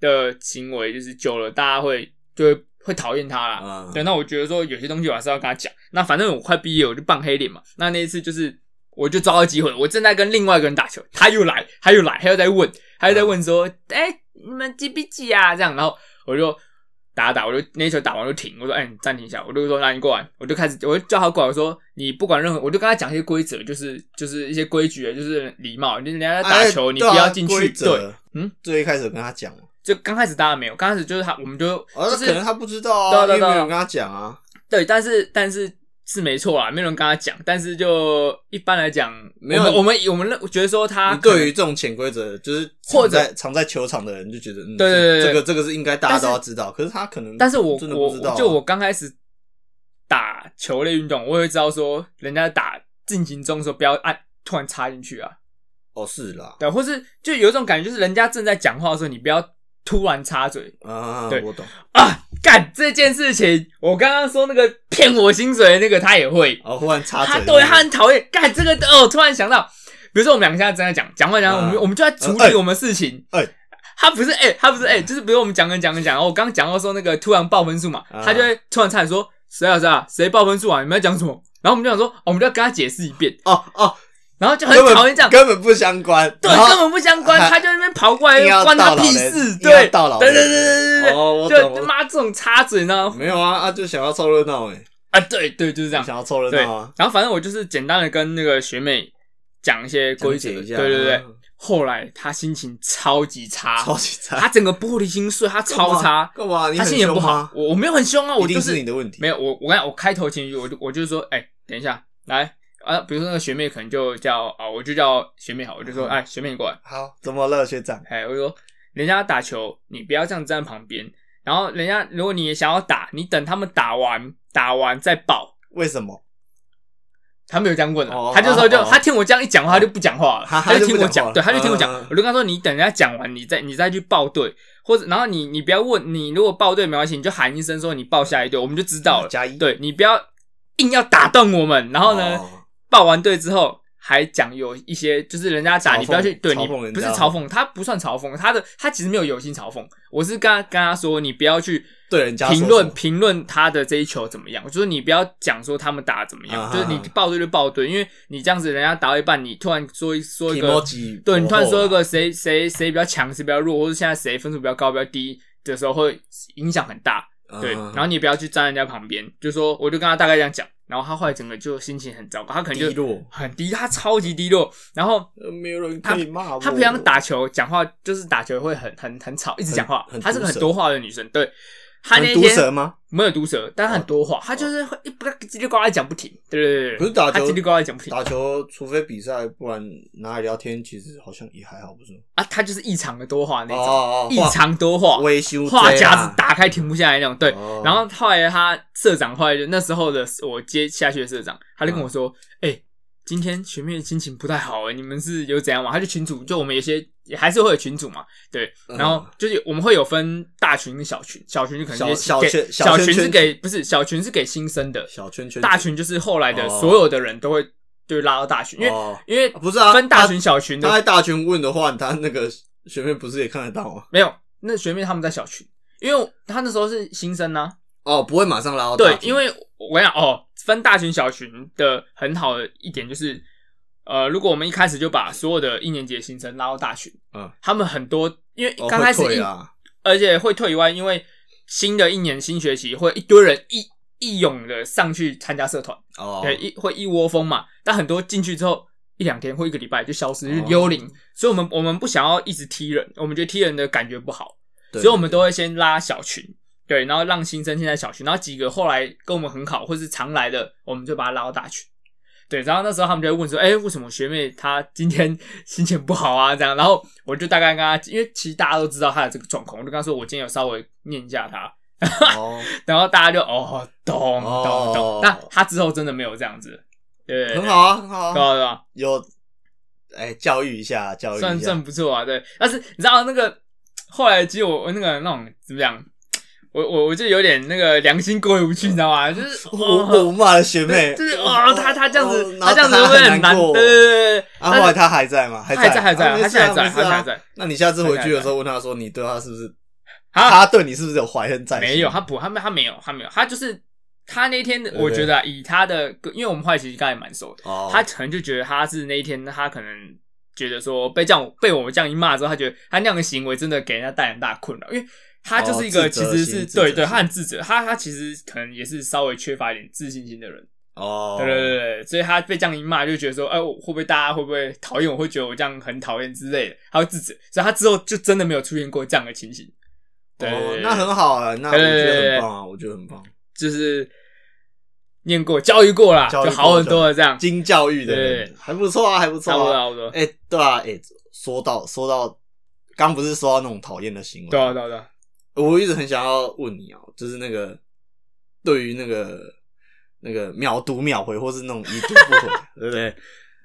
[SPEAKER 1] 的行为，就是久了大家会就会会讨厌他啦。
[SPEAKER 2] 嗯
[SPEAKER 1] 对，那我觉得说有些东西我还是要跟他讲。那反正我快毕业，我就扮黑脸嘛。那那一次就是，我就抓到机会，我正在跟另外一个人打球，他又来，他又来，他又在问，他
[SPEAKER 2] 嗯
[SPEAKER 1] 又在问说：“哎、你们几比几啊？”这样，然后我就打打，我就那一球打完就停，我说：“哎、你暂停一下。”我就说：“那你过来。”我就开始，我就叫他过来，我说：“你不管任何，我就跟他讲一些规则，就是就是一些规矩，啊就是礼貌，就是人家在打球，
[SPEAKER 2] 哎
[SPEAKER 1] 你
[SPEAKER 2] 对啊
[SPEAKER 1] 不要进去。
[SPEAKER 2] 规”则
[SPEAKER 1] 对，嗯，
[SPEAKER 2] 最一开始有跟他讲，
[SPEAKER 1] 就刚开始当然没有，刚开始就是他，我们就
[SPEAKER 2] 而
[SPEAKER 1] 就
[SPEAKER 2] 哦可
[SPEAKER 1] 是
[SPEAKER 2] 能他不知道
[SPEAKER 1] 对
[SPEAKER 2] 啊，
[SPEAKER 1] 啊对啊
[SPEAKER 2] 因为没有
[SPEAKER 1] 对啊
[SPEAKER 2] 人跟他讲啊。
[SPEAKER 1] 对，但是但是是没错啊啦，没有人跟他讲，但是就一般来讲，
[SPEAKER 2] 没有
[SPEAKER 1] 我们我们我们认觉得说他
[SPEAKER 2] 你对于这种潜规则，就是常
[SPEAKER 1] 或者
[SPEAKER 2] 在常在球场的人就觉得，嗯，
[SPEAKER 1] 对对对
[SPEAKER 2] 这
[SPEAKER 1] 对
[SPEAKER 2] 这个这个是应该大家
[SPEAKER 1] 但是
[SPEAKER 2] 都要知道。可是他可能，
[SPEAKER 1] 但是我
[SPEAKER 2] 真的不
[SPEAKER 1] 我
[SPEAKER 2] 知道啊，
[SPEAKER 1] 就我刚开始打球类运动，我也会知道说人家打进行中的时候不要按突然插进去啊，
[SPEAKER 2] 哦是啦，
[SPEAKER 1] 对，或是就有一种感觉，就是人家正在讲话的时候，你不要突然插嘴，
[SPEAKER 2] 啊，
[SPEAKER 1] 对
[SPEAKER 2] 我懂。
[SPEAKER 1] 啊，干这件事情，我刚刚说那个骗我薪水的那个，他也会，
[SPEAKER 2] 哦，忽然插
[SPEAKER 1] 他
[SPEAKER 2] 嘴，
[SPEAKER 1] 对他很讨厌。干这个哦，突然想到，比如说我们两个现在正在讲讲话讲话，我们
[SPEAKER 2] 嗯
[SPEAKER 1] 我们就在处
[SPEAKER 2] 嗯哎
[SPEAKER 1] 理我们的事情。
[SPEAKER 2] 哎
[SPEAKER 1] 他不是哎、他不是哎、就是比如我们讲跟讲跟讲，哦我刚刚讲到说那个突然爆分数嘛，
[SPEAKER 2] 嗯
[SPEAKER 1] 他就会突然差点说谁啊谁啊谁爆分数啊，你们要讲什么？然后我们就想说，哦我们就要跟他解释一遍，
[SPEAKER 2] 哦哦，
[SPEAKER 1] 然后就很
[SPEAKER 2] 根本
[SPEAKER 1] 讨厌这样。
[SPEAKER 2] 根本不相关，
[SPEAKER 1] 对，
[SPEAKER 2] 然后
[SPEAKER 1] 根本不相关，
[SPEAKER 2] 啊
[SPEAKER 1] 他就在那边跑过来
[SPEAKER 2] 硬，要
[SPEAKER 1] 关他
[SPEAKER 2] 到老
[SPEAKER 1] 屁
[SPEAKER 2] 人
[SPEAKER 1] 事。
[SPEAKER 2] 硬要
[SPEAKER 1] 对，
[SPEAKER 2] 到老
[SPEAKER 1] 对
[SPEAKER 2] 人
[SPEAKER 1] 对对对对对，
[SPEAKER 2] 哦，我
[SPEAKER 1] 就
[SPEAKER 2] 懂，
[SPEAKER 1] 他
[SPEAKER 2] 我
[SPEAKER 1] 妈这种插嘴呢
[SPEAKER 2] 没有啊啊，就想要凑热闹哎，
[SPEAKER 1] 啊，对对，就是这样。
[SPEAKER 2] 想要凑热
[SPEAKER 1] 对，
[SPEAKER 2] 闹啊，
[SPEAKER 1] 然后反正我就是简单的跟那个学妹讲一些规则，
[SPEAKER 2] 讲解一下，
[SPEAKER 1] 对对对
[SPEAKER 2] 嗯。，
[SPEAKER 1] 后来她心情超级差，
[SPEAKER 2] 超级差，
[SPEAKER 1] 她整个玻璃心碎，她啊超差，
[SPEAKER 2] 干嘛？你
[SPEAKER 1] 她
[SPEAKER 2] 很
[SPEAKER 1] 心情不
[SPEAKER 2] 凶
[SPEAKER 1] 好
[SPEAKER 2] 吗。？
[SPEAKER 1] 我我没有很凶啊，我
[SPEAKER 2] 一定
[SPEAKER 1] 就是
[SPEAKER 2] 你的问题
[SPEAKER 1] 没有我我刚才我开头前一句我就我就说，哎，等一下来。啊，比如说那个学妹可能就叫啊，我就叫学妹好，我就说，
[SPEAKER 2] 嗯
[SPEAKER 1] 哎，学妹你过来，
[SPEAKER 2] 好，怎么了，学长？
[SPEAKER 1] 哎，我就说人家打球，你不要这样子站在旁边，然后人家如果你也想要打，你等他们打完，打完再报，
[SPEAKER 2] 为什么？
[SPEAKER 1] 他没有这样问啊
[SPEAKER 2] 哦，
[SPEAKER 1] 他就说就
[SPEAKER 2] 哦哦
[SPEAKER 1] 他听我这样一讲话，他就不讲话了，
[SPEAKER 2] 他
[SPEAKER 1] 他就听我
[SPEAKER 2] 他就不讲
[SPEAKER 1] 讲，
[SPEAKER 2] 话
[SPEAKER 1] 对，他就听我讲
[SPEAKER 2] 嗯嗯嗯，
[SPEAKER 1] 我就跟他说你等人家讲完，你再你再去报队，或者然后你你不要问，你如果报队没关系，你就喊一声说你报下一队，我们就知道了。
[SPEAKER 2] 加一。
[SPEAKER 1] 对你不要硬要打动我们，然后呢，
[SPEAKER 2] 哦？
[SPEAKER 1] 报完队之后还讲有一些就是人家打
[SPEAKER 2] 嘲讽
[SPEAKER 1] 你不要去，对
[SPEAKER 2] 嘲
[SPEAKER 1] 你
[SPEAKER 2] 讽人
[SPEAKER 1] 不
[SPEAKER 2] 家
[SPEAKER 1] 是嘲讽，他不算嘲讽，他的他其实没有有心嘲讽，我是跟他跟他说你不要去
[SPEAKER 2] 对人家说
[SPEAKER 1] 评论
[SPEAKER 2] 什么
[SPEAKER 1] 评论他的这一球怎么样？就是你不要讲说他们打得怎么样，
[SPEAKER 2] 啊哈
[SPEAKER 1] 就是你报对就报对，因为你这样子人家打到一半，你突然说一说一个，
[SPEAKER 2] emoji，
[SPEAKER 1] 对你突然
[SPEAKER 2] 哦
[SPEAKER 1] 说一个谁谁谁比较强，谁比较弱，或者现在谁分数比较高、比较低的时候，会影响很大。对，
[SPEAKER 2] 嗯
[SPEAKER 1] 然后你不要去站在人家旁边，就说我就跟他大概这样讲，然后他后来整个就心情很糟糕，他可能就
[SPEAKER 2] 低落，
[SPEAKER 1] 很低，他超级低落，然后。
[SPEAKER 2] 呃没有人可以骂我。
[SPEAKER 1] 她平常打球讲话就是打球会很很很吵，一直讲话
[SPEAKER 2] 很很。
[SPEAKER 1] 她是个
[SPEAKER 2] 毒
[SPEAKER 1] 很
[SPEAKER 2] 舌
[SPEAKER 1] 多话的女生，对。她那
[SPEAKER 2] 很毒
[SPEAKER 1] 天
[SPEAKER 2] 舌吗？
[SPEAKER 1] 没有毒舌，
[SPEAKER 2] 哦
[SPEAKER 1] 但她很多话，她就是会一不叽里呱啦讲不停。对对对对，
[SPEAKER 2] 可是打
[SPEAKER 1] 她
[SPEAKER 2] 球
[SPEAKER 1] 叽里呱啦讲不停
[SPEAKER 2] 打球，除非比赛，不然拿来聊天，其实好像也还好，不是吗？
[SPEAKER 1] 啊，她就是异常的多话那种，
[SPEAKER 2] 哦
[SPEAKER 1] 异常多话，
[SPEAKER 2] 维修啊
[SPEAKER 1] 话匣子打开停不下来那种。对，
[SPEAKER 2] 哦
[SPEAKER 1] 然后后来他社长后来就那时候的我接下去的社长，他就跟我说：“
[SPEAKER 2] 哦
[SPEAKER 1] 哎、今天学妹心情不太好、欸，你们是有怎样嘛？”他就群主，就我们有些也还是会有群主嘛，对。
[SPEAKER 2] 嗯
[SPEAKER 1] 然后就是我们会有分大群跟小群，小群就可能是
[SPEAKER 2] 小
[SPEAKER 1] 给
[SPEAKER 2] 小群小
[SPEAKER 1] 小
[SPEAKER 2] 圈
[SPEAKER 1] 群是
[SPEAKER 2] 圈
[SPEAKER 1] 给不是小群是给新生的，
[SPEAKER 2] 小圈圈，
[SPEAKER 1] 大群就是后来的
[SPEAKER 2] 哦
[SPEAKER 1] 所有的人都会就拉到大群，因为、
[SPEAKER 2] 哦
[SPEAKER 1] 因为
[SPEAKER 2] 啊不是啊
[SPEAKER 1] 分大
[SPEAKER 2] 他
[SPEAKER 1] 群小群的
[SPEAKER 2] 他在大群问的话，他那个学妹不是也看得到吗？
[SPEAKER 1] 没有，那学妹他们在小群，因为他那时候是新生呐、啊
[SPEAKER 2] 哦，不会马上拉到
[SPEAKER 1] 对
[SPEAKER 2] 大，群
[SPEAKER 1] 因为我想哦，分大群小群的很好的一点就是，呃，如果我们一开始就把所有的一年级的新生拉到大群，
[SPEAKER 2] 嗯，
[SPEAKER 1] 他们很多因为
[SPEAKER 2] 哦
[SPEAKER 1] 刚开始
[SPEAKER 2] 会
[SPEAKER 1] 一、
[SPEAKER 2] 退啊，
[SPEAKER 1] 而且会退以外，因为新的一年新学期会一堆人一一涌的上去参加社团，
[SPEAKER 2] 哦，
[SPEAKER 1] 对，一会一窝蜂嘛。但很多进去之后一两天或一个礼拜就消失，
[SPEAKER 2] 哦
[SPEAKER 1] 就幽灵。所以我们我们不想要一直踢人，我们觉得踢人的感觉不好。
[SPEAKER 2] 对
[SPEAKER 1] 所以我们都会先拉小群，对，然后让新生先在小群，然后几个后来跟我们很好或是常来的，我们就把他拉到大群。对，然后那时候他们就会问说：“哎、为什么学妹她今天 心情不好啊？”这样，然后我就大概跟她，因为其实大家都知道她的这个状况，我就跟她说：“我今天有稍微念一下她。”
[SPEAKER 2] 哦，
[SPEAKER 1] 然后大家就哦，懂懂
[SPEAKER 2] 哦
[SPEAKER 1] 懂。那他之后真的没有这样子，对，
[SPEAKER 2] 很好啊，很好
[SPEAKER 1] 对
[SPEAKER 2] 啊，
[SPEAKER 1] 吧，对吧？
[SPEAKER 2] 有，哎、教育一下，教育
[SPEAKER 1] 算
[SPEAKER 2] 一
[SPEAKER 1] 算
[SPEAKER 2] 下，
[SPEAKER 1] 不错啊，对。但是你知道那个后来，其实我我那个那种怎么讲，我我我就有点那个良心过意不去，你知道吗？就是
[SPEAKER 2] 我我
[SPEAKER 1] 哦
[SPEAKER 2] 骂了学妹，
[SPEAKER 1] 对就是哦，他他这样
[SPEAKER 2] 哦
[SPEAKER 1] 子，
[SPEAKER 2] 然后
[SPEAKER 1] 他这样子会不会很难，
[SPEAKER 2] 过
[SPEAKER 1] 对对对对。
[SPEAKER 2] 啊，
[SPEAKER 1] 但
[SPEAKER 2] 后来
[SPEAKER 1] 是
[SPEAKER 2] 他还在吗？还
[SPEAKER 1] 还在还在，
[SPEAKER 2] 啊
[SPEAKER 1] 他现
[SPEAKER 2] 没事
[SPEAKER 1] 在
[SPEAKER 2] 啊
[SPEAKER 1] 还在，
[SPEAKER 2] 没事
[SPEAKER 1] 他现在还
[SPEAKER 2] 啊。
[SPEAKER 1] 在。
[SPEAKER 2] 那你下次回去的时候问他说，你对他是不是？
[SPEAKER 1] 啊
[SPEAKER 2] 他对你是不是有怀恨在心？
[SPEAKER 1] 没有，他不，他没，他没有，他没有，他就是他那天的，
[SPEAKER 2] 对
[SPEAKER 1] 我觉得啊以他的个，因为我们后来其实刚才蛮熟的，
[SPEAKER 2] 哦，
[SPEAKER 1] 他可能就觉得他是那一天，他可能觉得说被这样被我们这样一骂之后，他觉得他那样的行为真的给人家带来很大的困扰，因为他就是一
[SPEAKER 2] 哦
[SPEAKER 1] 个
[SPEAKER 2] 自
[SPEAKER 1] 其
[SPEAKER 2] 责
[SPEAKER 1] 实
[SPEAKER 2] 心
[SPEAKER 1] 是
[SPEAKER 2] 自责
[SPEAKER 1] 对对，
[SPEAKER 2] 心
[SPEAKER 1] 他很自责，他他其实可能也是稍微缺乏一点自信心的人，
[SPEAKER 2] 哦，
[SPEAKER 1] 对对对对，所以他被这样一骂就觉得说，哎，我会不会大家会不会讨厌我，会觉得我这样很讨厌之类的，他会自责，所以他之后就真的没有出现过这样的情形。对对
[SPEAKER 2] 哦
[SPEAKER 1] 对，
[SPEAKER 2] 那很好啊，那我
[SPEAKER 1] 对
[SPEAKER 2] 觉
[SPEAKER 1] 对对
[SPEAKER 2] 得
[SPEAKER 1] 对
[SPEAKER 2] 很棒啊，我觉得很棒，
[SPEAKER 1] 就是念过、教育过啦，
[SPEAKER 2] 教育
[SPEAKER 1] 就
[SPEAKER 2] 过
[SPEAKER 1] 好很多了这样。
[SPEAKER 2] 经教育的
[SPEAKER 1] 对
[SPEAKER 2] 人还不错啊，还不错
[SPEAKER 1] 差不多，
[SPEAKER 2] 啊。
[SPEAKER 1] 差不多。
[SPEAKER 2] 哎，对啊，哎，说到说到，刚不是说到那种讨厌的行为？
[SPEAKER 1] 对啊，对啊，对啊。
[SPEAKER 2] 我一直很想要问你哦，就是那个对于那个那个秒读秒回，或是那种已读不回，对不对？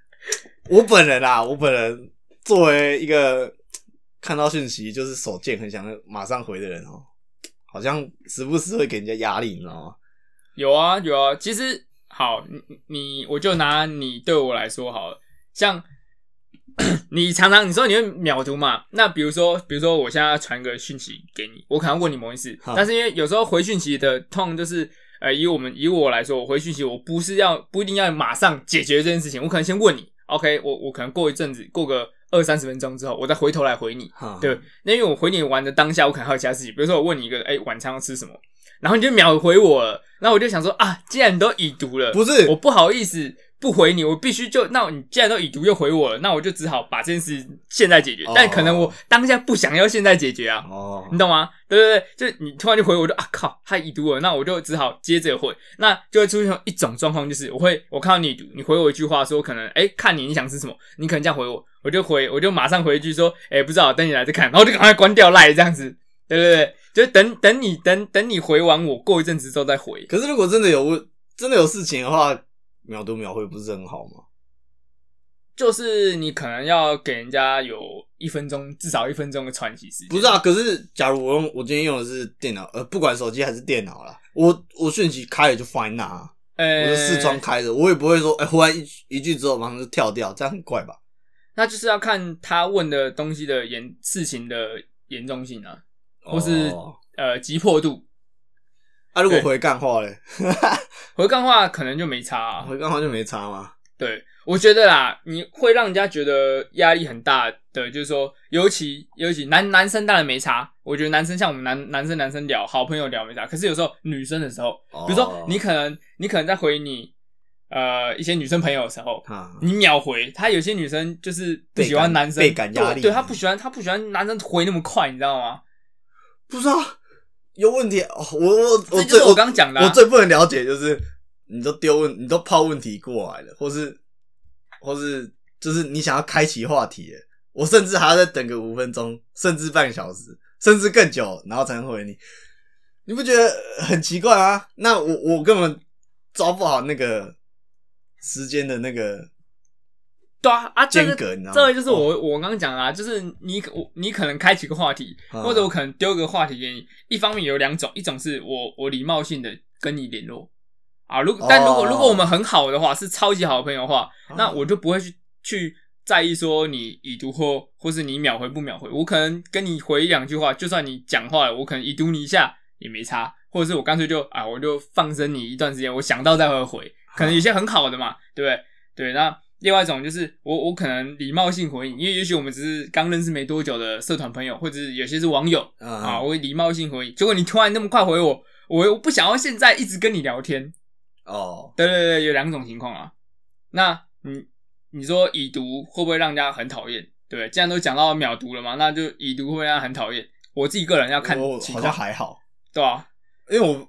[SPEAKER 2] 我本人啊，我本人作为一个看到讯息就是手贱很想马上回的人哦，好像时不时会给人家压力，你知道吗？
[SPEAKER 1] 有啊，有啊。其实好，你你我就拿你对我来说好了，像 你常常你说你会秒读嘛？那比如说，比如说我现在要传个讯息给你，我可能问你某件事，
[SPEAKER 2] 好
[SPEAKER 1] 但是因为有时候回讯息的痛就是。呃，以我们以我来说，我回讯息，我不是要不一定要马上解决这件事情，我可能先问你，OK，我我可能过一阵子，过个二三十分钟之后，我再回头来回你，
[SPEAKER 2] 哈，
[SPEAKER 1] 对，那因为我回你玩的当下，我可能还有其他事情，比如说我问你一个，哎、晚餐要吃什么，然后你就秒回我了，那我就想说啊，既然你都已读了，
[SPEAKER 2] 不是
[SPEAKER 1] 我不好意思不回你，我必须就那你既然都已读又回我了，那我就只好把这件事现在解决，
[SPEAKER 2] 哦
[SPEAKER 1] 但可能我当下不想要现在解决啊，
[SPEAKER 2] 哦，
[SPEAKER 1] 你懂吗？对对对，就你突然就回我，我就啊靠，他已读了，那我就只好接着回，那就会出现一种状况，就是我会我看到你已读，你回我一句话说可能哎、看你你想吃什么，你可能这样回我，我就回我就马上回一句说哎、不知道，等你来再看，然后我就赶快关掉赖这样子，对对对，就等等你等等你回完我过一阵子之后再回，
[SPEAKER 2] 可是如果真的有问真的有事情的话，秒读秒回不是很好吗？
[SPEAKER 1] 就是你可能要给人家有一分钟至少一分钟的喘息时间，
[SPEAKER 2] 不是啊，可是假如我用我今天用的是电脑，呃，不管手机还是电脑啦，我我讯息开了就放在那、啊，
[SPEAKER 1] 呃，
[SPEAKER 2] 我是视窗开着，我也不会说，哎、忽然一一句之后马上就跳掉，这样很怪吧？
[SPEAKER 1] 那就是要看他问的东西的严事情的严重性啊，或是、
[SPEAKER 2] 哦
[SPEAKER 1] 呃急迫度。
[SPEAKER 2] 啊，如果
[SPEAKER 1] 对
[SPEAKER 2] 回干话嘞，
[SPEAKER 1] 回干话可能就没差、啊。
[SPEAKER 2] 回干话就没差吗？
[SPEAKER 1] 对，我觉得啦，你会让人家觉得压力很大的，就是说，尤其尤其男男生当然没差，我觉得男生像我们男男生男生聊好朋友聊没差，可是有时候女生的时候，
[SPEAKER 2] 哦
[SPEAKER 1] 比如说你可能你可能在回你呃一些女生朋友的时候，
[SPEAKER 2] 啊，
[SPEAKER 1] 你秒回，她有些女生就是不喜欢
[SPEAKER 2] 倍感
[SPEAKER 1] 男生
[SPEAKER 2] 倍感压力
[SPEAKER 1] 对对她不喜欢，她不喜欢男生回那么快，你知道吗？
[SPEAKER 2] 不知道有问题，哦、我我我
[SPEAKER 1] 这就
[SPEAKER 2] 最
[SPEAKER 1] 是我刚讲的、啊，
[SPEAKER 2] 我最不能了解就是，你都丢问，你都抛问题过来了，或是或是就是你想要开启话题了，我甚至还要再等个五分钟，甚至半个小时，甚至更久，然后才能回你。你不觉得很奇怪吗？那我我根本抓不好那个时间的那个
[SPEAKER 1] 对啊啊，这
[SPEAKER 2] 间
[SPEAKER 1] 个
[SPEAKER 2] 隔，你知道吗？
[SPEAKER 1] 这个就是
[SPEAKER 2] 哦
[SPEAKER 1] 我、我刚刚讲啦，就是你可我你可能开启个话题，
[SPEAKER 2] 嗯
[SPEAKER 1] 或者我可能丢个话题给你。一方面有两种，一种是我我礼貌性的跟你联络啊，如果但如果、
[SPEAKER 2] 哦
[SPEAKER 1] 如果我们很好的话，是超级好的朋友的话，
[SPEAKER 2] 哦
[SPEAKER 1] 那我就不会去去在意说你已读或或是你秒回不秒回。我可能跟你回一两句话，就算你讲话了，我可能已读你一下也没差，或者是我干脆就啊我就放生你一段时间，我想到再会回。可能有些很好的嘛，对不对？对，那另外一种就是我我可能礼貌性回应，因为也许我们只是刚认识没多久的社团朋友，或者是有些是网友啊，
[SPEAKER 2] 啊
[SPEAKER 1] 我会礼貌性回应。结果你突然那么快回我，我我不想要现在一直跟你聊天。
[SPEAKER 2] 哦，
[SPEAKER 1] 对对对，有两种情况啊。那你你说已读会不会让人家很讨厌？对不对，既然都讲到秒读了嘛，那就已读会让人家很讨厌。我自己个人要看
[SPEAKER 2] 我
[SPEAKER 1] 情
[SPEAKER 2] 好像
[SPEAKER 1] 况，
[SPEAKER 2] 还好，
[SPEAKER 1] 对啊，
[SPEAKER 2] 因为我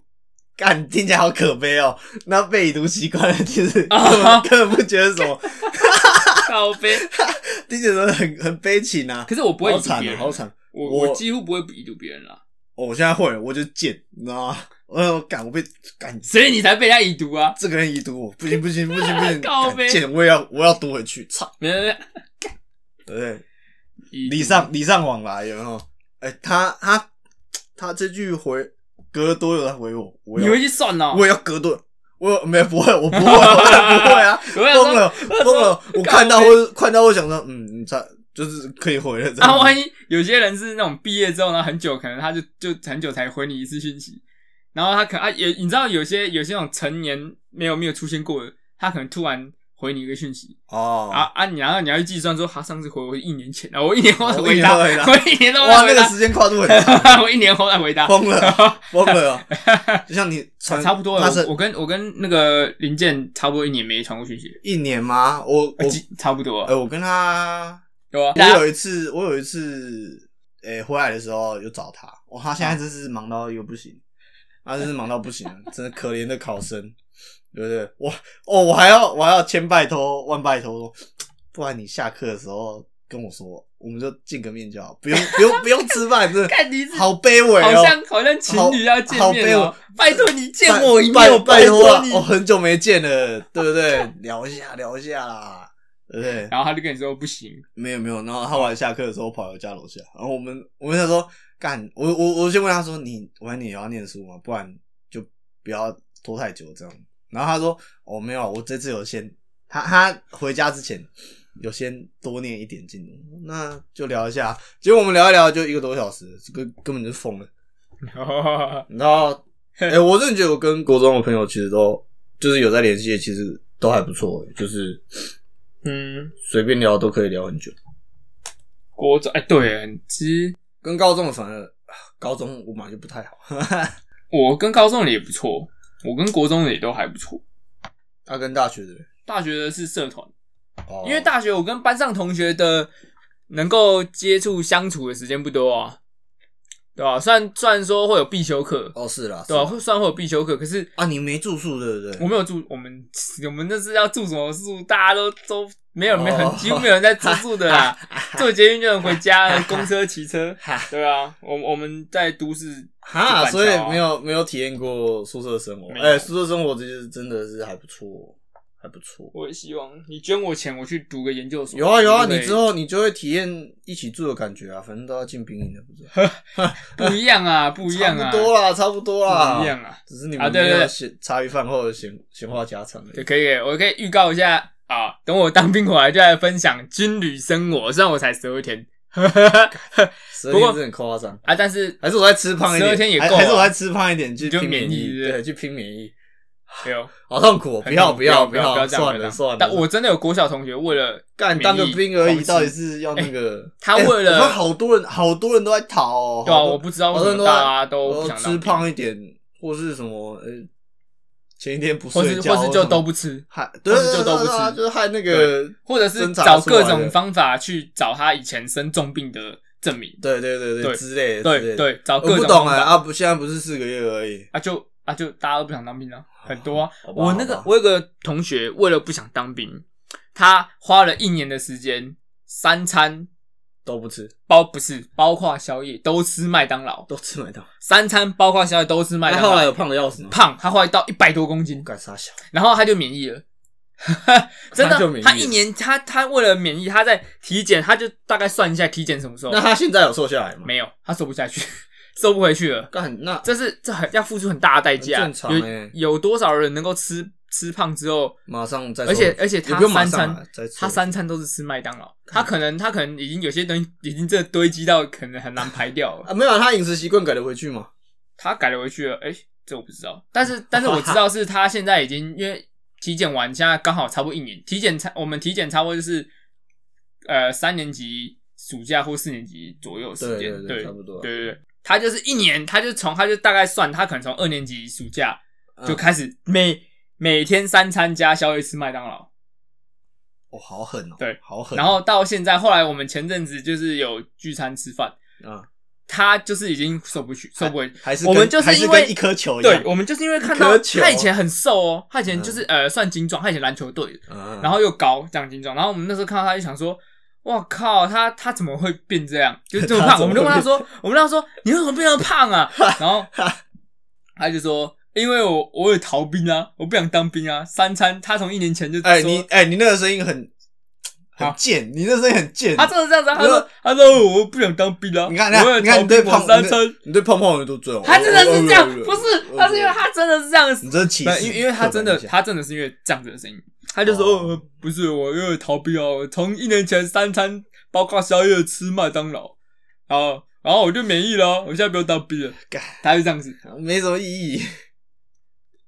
[SPEAKER 2] 干听起来好可悲哦。那被已读习惯了，其实根
[SPEAKER 1] 啊
[SPEAKER 2] 本 根本不觉得什么，
[SPEAKER 1] 靠 背。
[SPEAKER 2] 听起来真的很很悲情啊
[SPEAKER 1] 可。是我不会
[SPEAKER 2] 好
[SPEAKER 1] 已读
[SPEAKER 2] 惨
[SPEAKER 1] 别
[SPEAKER 2] 啊，
[SPEAKER 1] 人，
[SPEAKER 2] 好惨！哦
[SPEAKER 1] 我
[SPEAKER 2] 我
[SPEAKER 1] 我几乎不会已读别人啦，
[SPEAKER 2] 我现在会，我就贱，你知道吗？我干，我被干
[SPEAKER 1] 所以你才被人家已读啊。
[SPEAKER 2] 这个人已读我，不行不行不行不 行，
[SPEAKER 1] 靠
[SPEAKER 2] 干
[SPEAKER 1] 背
[SPEAKER 2] 贱我也要我要读回去，操！
[SPEAKER 1] 没没没，
[SPEAKER 2] 对不对？
[SPEAKER 1] 已读
[SPEAKER 2] 礼尚礼尚往来，有没有？哎、他他他这句回隔多久才回我？我
[SPEAKER 1] 你
[SPEAKER 2] 要
[SPEAKER 1] 会去算哦。
[SPEAKER 2] 我也要隔多久？我有没有不会，我不会，我也不会啊！
[SPEAKER 1] 我想说
[SPEAKER 2] 疯了疯 了！我看到我看到我想说，嗯，你才就是可以回了这样。
[SPEAKER 1] 啊，万一有些人是那种毕业之后呢，很久可能他就就很久才回你一次讯息，然后他可啊也你知道有些有些那种成年没有没有出现过的，他可能突然回你一个讯息、
[SPEAKER 2] 哦
[SPEAKER 1] 啊啊，你然后你要去计算说他上次回我是一年前，然后我 一年后才
[SPEAKER 2] 哦
[SPEAKER 1] 回答，
[SPEAKER 2] 一年后
[SPEAKER 1] 我一年后
[SPEAKER 2] 哇，
[SPEAKER 1] 才回
[SPEAKER 2] 那个
[SPEAKER 1] 答，
[SPEAKER 2] 时间跨度很 长，
[SPEAKER 1] 我一年后才回答，
[SPEAKER 2] 疯了 疯了哦！就像你 传
[SPEAKER 1] 差不多了啊
[SPEAKER 2] 他。是
[SPEAKER 1] 我我跟我跟那个林健差不多一年没传过讯息了，
[SPEAKER 2] 一年吗？我我
[SPEAKER 1] 呃几差不多
[SPEAKER 2] 哎、
[SPEAKER 1] 了，
[SPEAKER 2] 我跟他
[SPEAKER 1] 对吧？
[SPEAKER 2] 我有一次，我有一次，诶、回来的时候有找他，哇，他现在真是忙到一个不行，他真是忙到 不行，真的可怜的考生，对不对？我哦，我还要我还要千拜托万拜托说，不然你下课的时候跟我说，我们就见个面就好，不用不用不用吃 饭，真的
[SPEAKER 1] 看你是
[SPEAKER 2] 好卑微
[SPEAKER 1] 好
[SPEAKER 2] 哦。
[SPEAKER 1] 像好像情侣要见
[SPEAKER 2] 好
[SPEAKER 1] 面哦
[SPEAKER 2] 好卑，
[SPEAKER 1] 拜托你见我一
[SPEAKER 2] 拜
[SPEAKER 1] 面，我
[SPEAKER 2] 拜托
[SPEAKER 1] 托
[SPEAKER 2] 啊！
[SPEAKER 1] 你
[SPEAKER 2] 我、。很久没见了，对不对？聊一下，聊一下啦，对不 对？
[SPEAKER 1] 然后他就跟你说不 行，
[SPEAKER 2] 没有没有，然后他晚上下课的时候跑到家楼下，然后我们我们想说干，我我我先问他说你晚点也要念书吗？不然就不要拖太久这样。然后他说哦没有，我这次有先他他回家之前有先多念一点进度，那就聊一下。结果我们聊一聊就一个多小时，这个根本就疯了。然后 哎、诶我真的觉得我跟国中的朋友其实都就是有在联系，其实都还不错，就是
[SPEAKER 1] 嗯，
[SPEAKER 2] 随便聊都可以聊很久。
[SPEAKER 1] 国中哎，对，其实
[SPEAKER 2] 跟高中反而啊高中我本来就不太好，
[SPEAKER 1] 我跟高中的也不错，我跟国中的也都还不错，
[SPEAKER 2] 他、啊跟大学的，
[SPEAKER 1] 大学的是社团，
[SPEAKER 2] 哦
[SPEAKER 1] 因为大学我跟班上同学的能够接触相处的时间不多啊，对吧？虽然虽然说会有必修课，
[SPEAKER 2] 哦是啦，
[SPEAKER 1] 对啊吧？
[SPEAKER 2] 是啦
[SPEAKER 1] 会虽然会有必修课，可是
[SPEAKER 2] 啊，你没住宿对不对？
[SPEAKER 1] 我没有住，我们我们那是要住什么宿，大家都都没有没有
[SPEAKER 2] 哦
[SPEAKER 1] 很几乎没有人 在住宿的啦，坐捷运就能回家了，公车、骑 车，
[SPEAKER 2] 哈
[SPEAKER 1] 对啊，我我们在都市
[SPEAKER 2] 哈，
[SPEAKER 1] 就
[SPEAKER 2] 所以
[SPEAKER 1] 板桥啊
[SPEAKER 2] 没有没有体验过宿舍生活，
[SPEAKER 1] 没有
[SPEAKER 2] 哎、宿舍生活其实真的是还不错，还不错。
[SPEAKER 1] 我也希望你捐我钱，我去读个研究所。
[SPEAKER 2] 有啊有啊，
[SPEAKER 1] 对不对
[SPEAKER 2] 你之后你就会体验一起住的感觉啊，反正都要进兵营的，不是？
[SPEAKER 1] 不一样啊， 不一样
[SPEAKER 2] 差
[SPEAKER 1] 啊，
[SPEAKER 2] 不多啦，差不多啦，
[SPEAKER 1] 不一样啊。
[SPEAKER 2] 只是你
[SPEAKER 1] 啊
[SPEAKER 2] 们
[SPEAKER 1] 对
[SPEAKER 2] 没
[SPEAKER 1] 对对
[SPEAKER 2] 有闲茶余饭后的闲闲话家常而
[SPEAKER 1] 对，
[SPEAKER 2] 已。
[SPEAKER 1] 可以，可以我可以预告一下啊，等我当兵回来就来分享军旅生活，虽然我才十二 天，
[SPEAKER 2] 十二
[SPEAKER 1] 不过
[SPEAKER 2] 天真的很夸张，
[SPEAKER 1] 啊，但是
[SPEAKER 2] 还是我再吃胖一点，
[SPEAKER 1] 12天也
[SPEAKER 2] 还
[SPEAKER 1] 够啊
[SPEAKER 2] 还是我再吃胖一点去
[SPEAKER 1] 你就
[SPEAKER 2] 拼
[SPEAKER 1] 免疫
[SPEAKER 2] 疫，
[SPEAKER 1] 对不对
[SPEAKER 2] 对，去拼免疫。
[SPEAKER 1] 哎呦，
[SPEAKER 2] 好痛苦 哦！不
[SPEAKER 1] 很
[SPEAKER 2] 要
[SPEAKER 1] 痛
[SPEAKER 2] 不要
[SPEAKER 1] 不要
[SPEAKER 2] 要，
[SPEAKER 1] 这样
[SPEAKER 2] 算
[SPEAKER 1] 不要
[SPEAKER 2] 了
[SPEAKER 1] 这样
[SPEAKER 2] 算了。
[SPEAKER 1] 但我真的有国小同学为了
[SPEAKER 2] 干
[SPEAKER 1] 免
[SPEAKER 2] 当个
[SPEAKER 1] 疫
[SPEAKER 2] 兵而已，
[SPEAKER 1] 狂
[SPEAKER 2] 到底
[SPEAKER 1] 吃
[SPEAKER 2] 是要那个？
[SPEAKER 1] 他
[SPEAKER 2] 哎
[SPEAKER 1] 为了
[SPEAKER 2] 我看好多人，好多人都在逃哦。
[SPEAKER 1] 对啊，
[SPEAKER 2] 好多
[SPEAKER 1] 我不知道为
[SPEAKER 2] 好多
[SPEAKER 1] 什
[SPEAKER 2] 人
[SPEAKER 1] 么
[SPEAKER 2] 都
[SPEAKER 1] 大家
[SPEAKER 2] 在
[SPEAKER 1] 都不
[SPEAKER 2] 都
[SPEAKER 1] 想
[SPEAKER 2] 吃
[SPEAKER 1] 当
[SPEAKER 2] 胖一点，或是什么呃，前一天不
[SPEAKER 1] 或
[SPEAKER 2] 睡
[SPEAKER 1] 是
[SPEAKER 2] 觉，啊
[SPEAKER 1] 或是就都不吃，
[SPEAKER 2] 害，对
[SPEAKER 1] 或
[SPEAKER 2] 对
[SPEAKER 1] 是就
[SPEAKER 2] 对
[SPEAKER 1] 都不
[SPEAKER 2] 对啊
[SPEAKER 1] 吃
[SPEAKER 2] 就是害那个，
[SPEAKER 1] 或者是
[SPEAKER 2] 挣扎
[SPEAKER 1] 找
[SPEAKER 2] 出
[SPEAKER 1] 各
[SPEAKER 2] 来
[SPEAKER 1] 种
[SPEAKER 2] 的
[SPEAKER 1] 方法去找他以前生重病的证明。
[SPEAKER 2] 对对对
[SPEAKER 1] 对
[SPEAKER 2] 之类的之类
[SPEAKER 1] 对
[SPEAKER 2] 的。
[SPEAKER 1] 对，找
[SPEAKER 2] 我
[SPEAKER 1] 哦各
[SPEAKER 2] 不
[SPEAKER 1] 种
[SPEAKER 2] 懂
[SPEAKER 1] 方
[SPEAKER 2] 哎
[SPEAKER 1] 法
[SPEAKER 2] 啊！不，现在不是四个月而已。
[SPEAKER 1] 啊就啊就大家都不想当兵啊，很多啊。
[SPEAKER 2] 哦好吧
[SPEAKER 1] 我那个
[SPEAKER 2] 好吧
[SPEAKER 1] 我有个同学为了不想当兵，他花了一年的时间，三餐
[SPEAKER 2] 都不吃，
[SPEAKER 1] 包不是包括宵夜都吃麦当劳，
[SPEAKER 2] 都吃麦当劳。
[SPEAKER 1] 三餐包括宵夜都吃麦
[SPEAKER 2] 那
[SPEAKER 1] 当
[SPEAKER 2] 后来
[SPEAKER 1] 劳。
[SPEAKER 2] 有胖的要死吗？
[SPEAKER 1] 胖，他后来到一百多公斤，
[SPEAKER 2] 干啥小？
[SPEAKER 1] 然后他就免疫了。 真
[SPEAKER 2] 他就免
[SPEAKER 1] 的，
[SPEAKER 2] 疫
[SPEAKER 1] 他
[SPEAKER 2] 了
[SPEAKER 1] 一年他他为了免疫，他在体检，他就大概算一下体检什么时候
[SPEAKER 2] 那他现在有瘦下来吗？
[SPEAKER 1] 没有，他瘦不下去， 瘦不回去了。
[SPEAKER 2] 干那
[SPEAKER 1] 这是这很要付出很大的代价。
[SPEAKER 2] 很正常欸嗯
[SPEAKER 1] 有有多少人能够吃吃胖之后，
[SPEAKER 2] 马上再瘦
[SPEAKER 1] 而
[SPEAKER 2] 回去，
[SPEAKER 1] 且而且
[SPEAKER 2] 也
[SPEAKER 1] 他
[SPEAKER 2] 不用马
[SPEAKER 1] 三
[SPEAKER 2] 上
[SPEAKER 1] 餐、
[SPEAKER 2] 啊再瘦
[SPEAKER 1] 他三餐都是吃麦当
[SPEAKER 2] 嗯
[SPEAKER 1] 劳，他可能他可能已经有些东西已经这堆积到可能很难排掉了。
[SPEAKER 2] 啊，没有，他饮食习惯改得回去嘛？
[SPEAKER 1] 他改了回去了，哎、这我不知道，但
[SPEAKER 2] 哦
[SPEAKER 1] 是但是我知道是他现在已经因为体检完，现在刚好差不多一年，体检差我们体检差不多就是呃三年级暑假或四年级左右的时间，
[SPEAKER 2] 对对对差不多
[SPEAKER 1] 对对对。他就是一年，他就从他就大概算，他可能从二年级暑假
[SPEAKER 2] 嗯
[SPEAKER 1] 就开始每、每天三餐加宵夜吃麦当劳，
[SPEAKER 2] 哦，好狠哦，
[SPEAKER 1] 对
[SPEAKER 2] 好狠。
[SPEAKER 1] 然后到现在，后来我们前阵子就是有聚餐吃饭，
[SPEAKER 2] 啊，
[SPEAKER 1] 他就是已经受不起受不了。
[SPEAKER 2] 还是
[SPEAKER 1] 我
[SPEAKER 2] 跟
[SPEAKER 1] 们就是
[SPEAKER 2] 还是
[SPEAKER 1] 因为
[SPEAKER 2] 跟一颗球一样
[SPEAKER 1] 对，，我们就是因为看
[SPEAKER 2] 哦一
[SPEAKER 1] 到
[SPEAKER 2] 颗球
[SPEAKER 1] 他以前很瘦哦，他以前就是、呃算精壮，他以前篮球队的，
[SPEAKER 2] 嗯
[SPEAKER 1] 然后又高这样精壮，然后我们那时候看到他就想说，哇靠，他他怎么会变这 样，就是这么
[SPEAKER 2] 他
[SPEAKER 1] 胖？我
[SPEAKER 2] 怎么
[SPEAKER 1] 们
[SPEAKER 2] 会
[SPEAKER 1] 就问他说，我们让他说你为什么变那么胖啊？ 然后他就说，因为我我有逃兵啊，我不想当兵啊，三餐他从一年前就说，
[SPEAKER 2] 哎、你哎、你那个声音很
[SPEAKER 1] 好
[SPEAKER 2] 很贱，你那声音很贱。
[SPEAKER 1] 他真的这样子啊，他
[SPEAKER 2] 你
[SPEAKER 1] 说他说我不想当兵啊，
[SPEAKER 2] 你看，你
[SPEAKER 1] 我有
[SPEAKER 2] 看，你看，
[SPEAKER 1] 逃
[SPEAKER 2] 你对
[SPEAKER 1] 兵，我
[SPEAKER 2] 胖，
[SPEAKER 1] 三
[SPEAKER 2] 你
[SPEAKER 1] 餐
[SPEAKER 2] 对你对胖胖的都这样。
[SPEAKER 1] 他真的是这样
[SPEAKER 2] 哦，
[SPEAKER 1] 不是，他是因为，他真的是这样
[SPEAKER 2] 哦哦哦哦
[SPEAKER 1] 子
[SPEAKER 2] 你，真的歧
[SPEAKER 1] 没有
[SPEAKER 2] 视。
[SPEAKER 1] 因为因为他真的
[SPEAKER 2] 刻板印象
[SPEAKER 1] 他真的是因为这样子的声音，他就说、
[SPEAKER 2] 哦
[SPEAKER 1] 呃不是我因为逃避啊，我从一年前三餐包括宵夜吃麦当劳，然后然后我就免疫了哦，我现在不用当兵了
[SPEAKER 2] 干，
[SPEAKER 1] 他就这样子。
[SPEAKER 2] 没什么意义。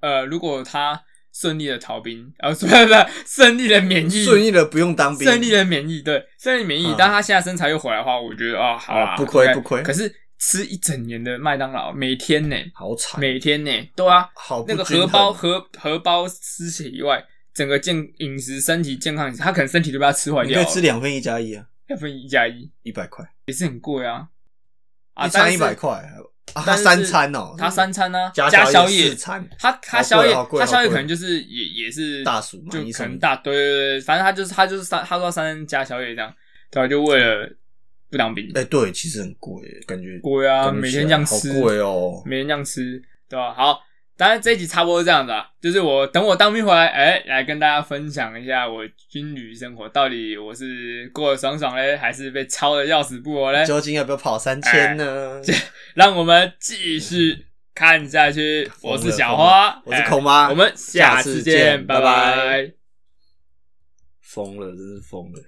[SPEAKER 1] 呃，如果他顺利的逃兵，呃，不是不是顺利的免疫，
[SPEAKER 2] 顺利的不用当兵，
[SPEAKER 1] 顺利的免疫，对，顺利免疫
[SPEAKER 2] 嗯。
[SPEAKER 1] 但他现在身材又回来的话，我觉得啊，好啦
[SPEAKER 2] 啊，不亏
[SPEAKER 1] OK
[SPEAKER 2] 不亏
[SPEAKER 1] 可是吃一整年的麦当劳，每天呢，
[SPEAKER 2] 好惨，
[SPEAKER 1] 每天呢，对啊，
[SPEAKER 2] 好不
[SPEAKER 1] 那个
[SPEAKER 2] 均
[SPEAKER 1] 荷
[SPEAKER 2] 衡
[SPEAKER 1] 包荷荷包失血以外，整个健饮食、身体健康饮食，他可能身体都被他吃坏
[SPEAKER 2] 你
[SPEAKER 1] 掉
[SPEAKER 2] 可
[SPEAKER 1] 了。
[SPEAKER 2] 以吃两份一加一啊，
[SPEAKER 1] 两份一加一
[SPEAKER 2] 一百块，
[SPEAKER 1] 也是很贵啊，啊，
[SPEAKER 2] 一餐
[SPEAKER 1] 但
[SPEAKER 2] 一
[SPEAKER 1] 是
[SPEAKER 2] 百块啊，他
[SPEAKER 1] 但是
[SPEAKER 2] 三餐哦，
[SPEAKER 1] 他三餐啊，
[SPEAKER 2] 加
[SPEAKER 1] 宵
[SPEAKER 2] 四餐，
[SPEAKER 1] 他他宵夜
[SPEAKER 2] 好贵好贵
[SPEAKER 1] 他宵夜
[SPEAKER 2] 好
[SPEAKER 1] 可
[SPEAKER 2] 贵
[SPEAKER 1] 能就是也也是
[SPEAKER 2] 大薯嘛
[SPEAKER 1] 就
[SPEAKER 2] 一
[SPEAKER 1] 可
[SPEAKER 2] 送
[SPEAKER 1] 能
[SPEAKER 2] 一
[SPEAKER 1] 大对对对，反正他就是他就是三他说他三餐加宵夜这样，对啊，就为了不当兵，
[SPEAKER 2] 哎，对，其实很贵，感觉
[SPEAKER 1] 贵啊，
[SPEAKER 2] 感觉
[SPEAKER 1] 每
[SPEAKER 2] 起来
[SPEAKER 1] 天这样
[SPEAKER 2] 好
[SPEAKER 1] 吃，
[SPEAKER 2] 贵哦，
[SPEAKER 1] 每天这样吃，对吧、好，当然这一集差不多是这样子啊，就是我等我当兵回来，哎、来跟大家分享一下我军旅生活，到底我是过得爽爽嘞，还是被抄的要死不活嘞？
[SPEAKER 2] 究竟要不要跑三千呢？
[SPEAKER 1] 哎让我们继续看下去。我是小花，
[SPEAKER 2] 疯了我是
[SPEAKER 1] 哎
[SPEAKER 2] 孔妈
[SPEAKER 1] 我们下
[SPEAKER 2] 下次
[SPEAKER 1] 次
[SPEAKER 2] 见
[SPEAKER 1] 见，拜
[SPEAKER 2] 拜拜
[SPEAKER 1] 拜
[SPEAKER 2] 疯了，真是疯了。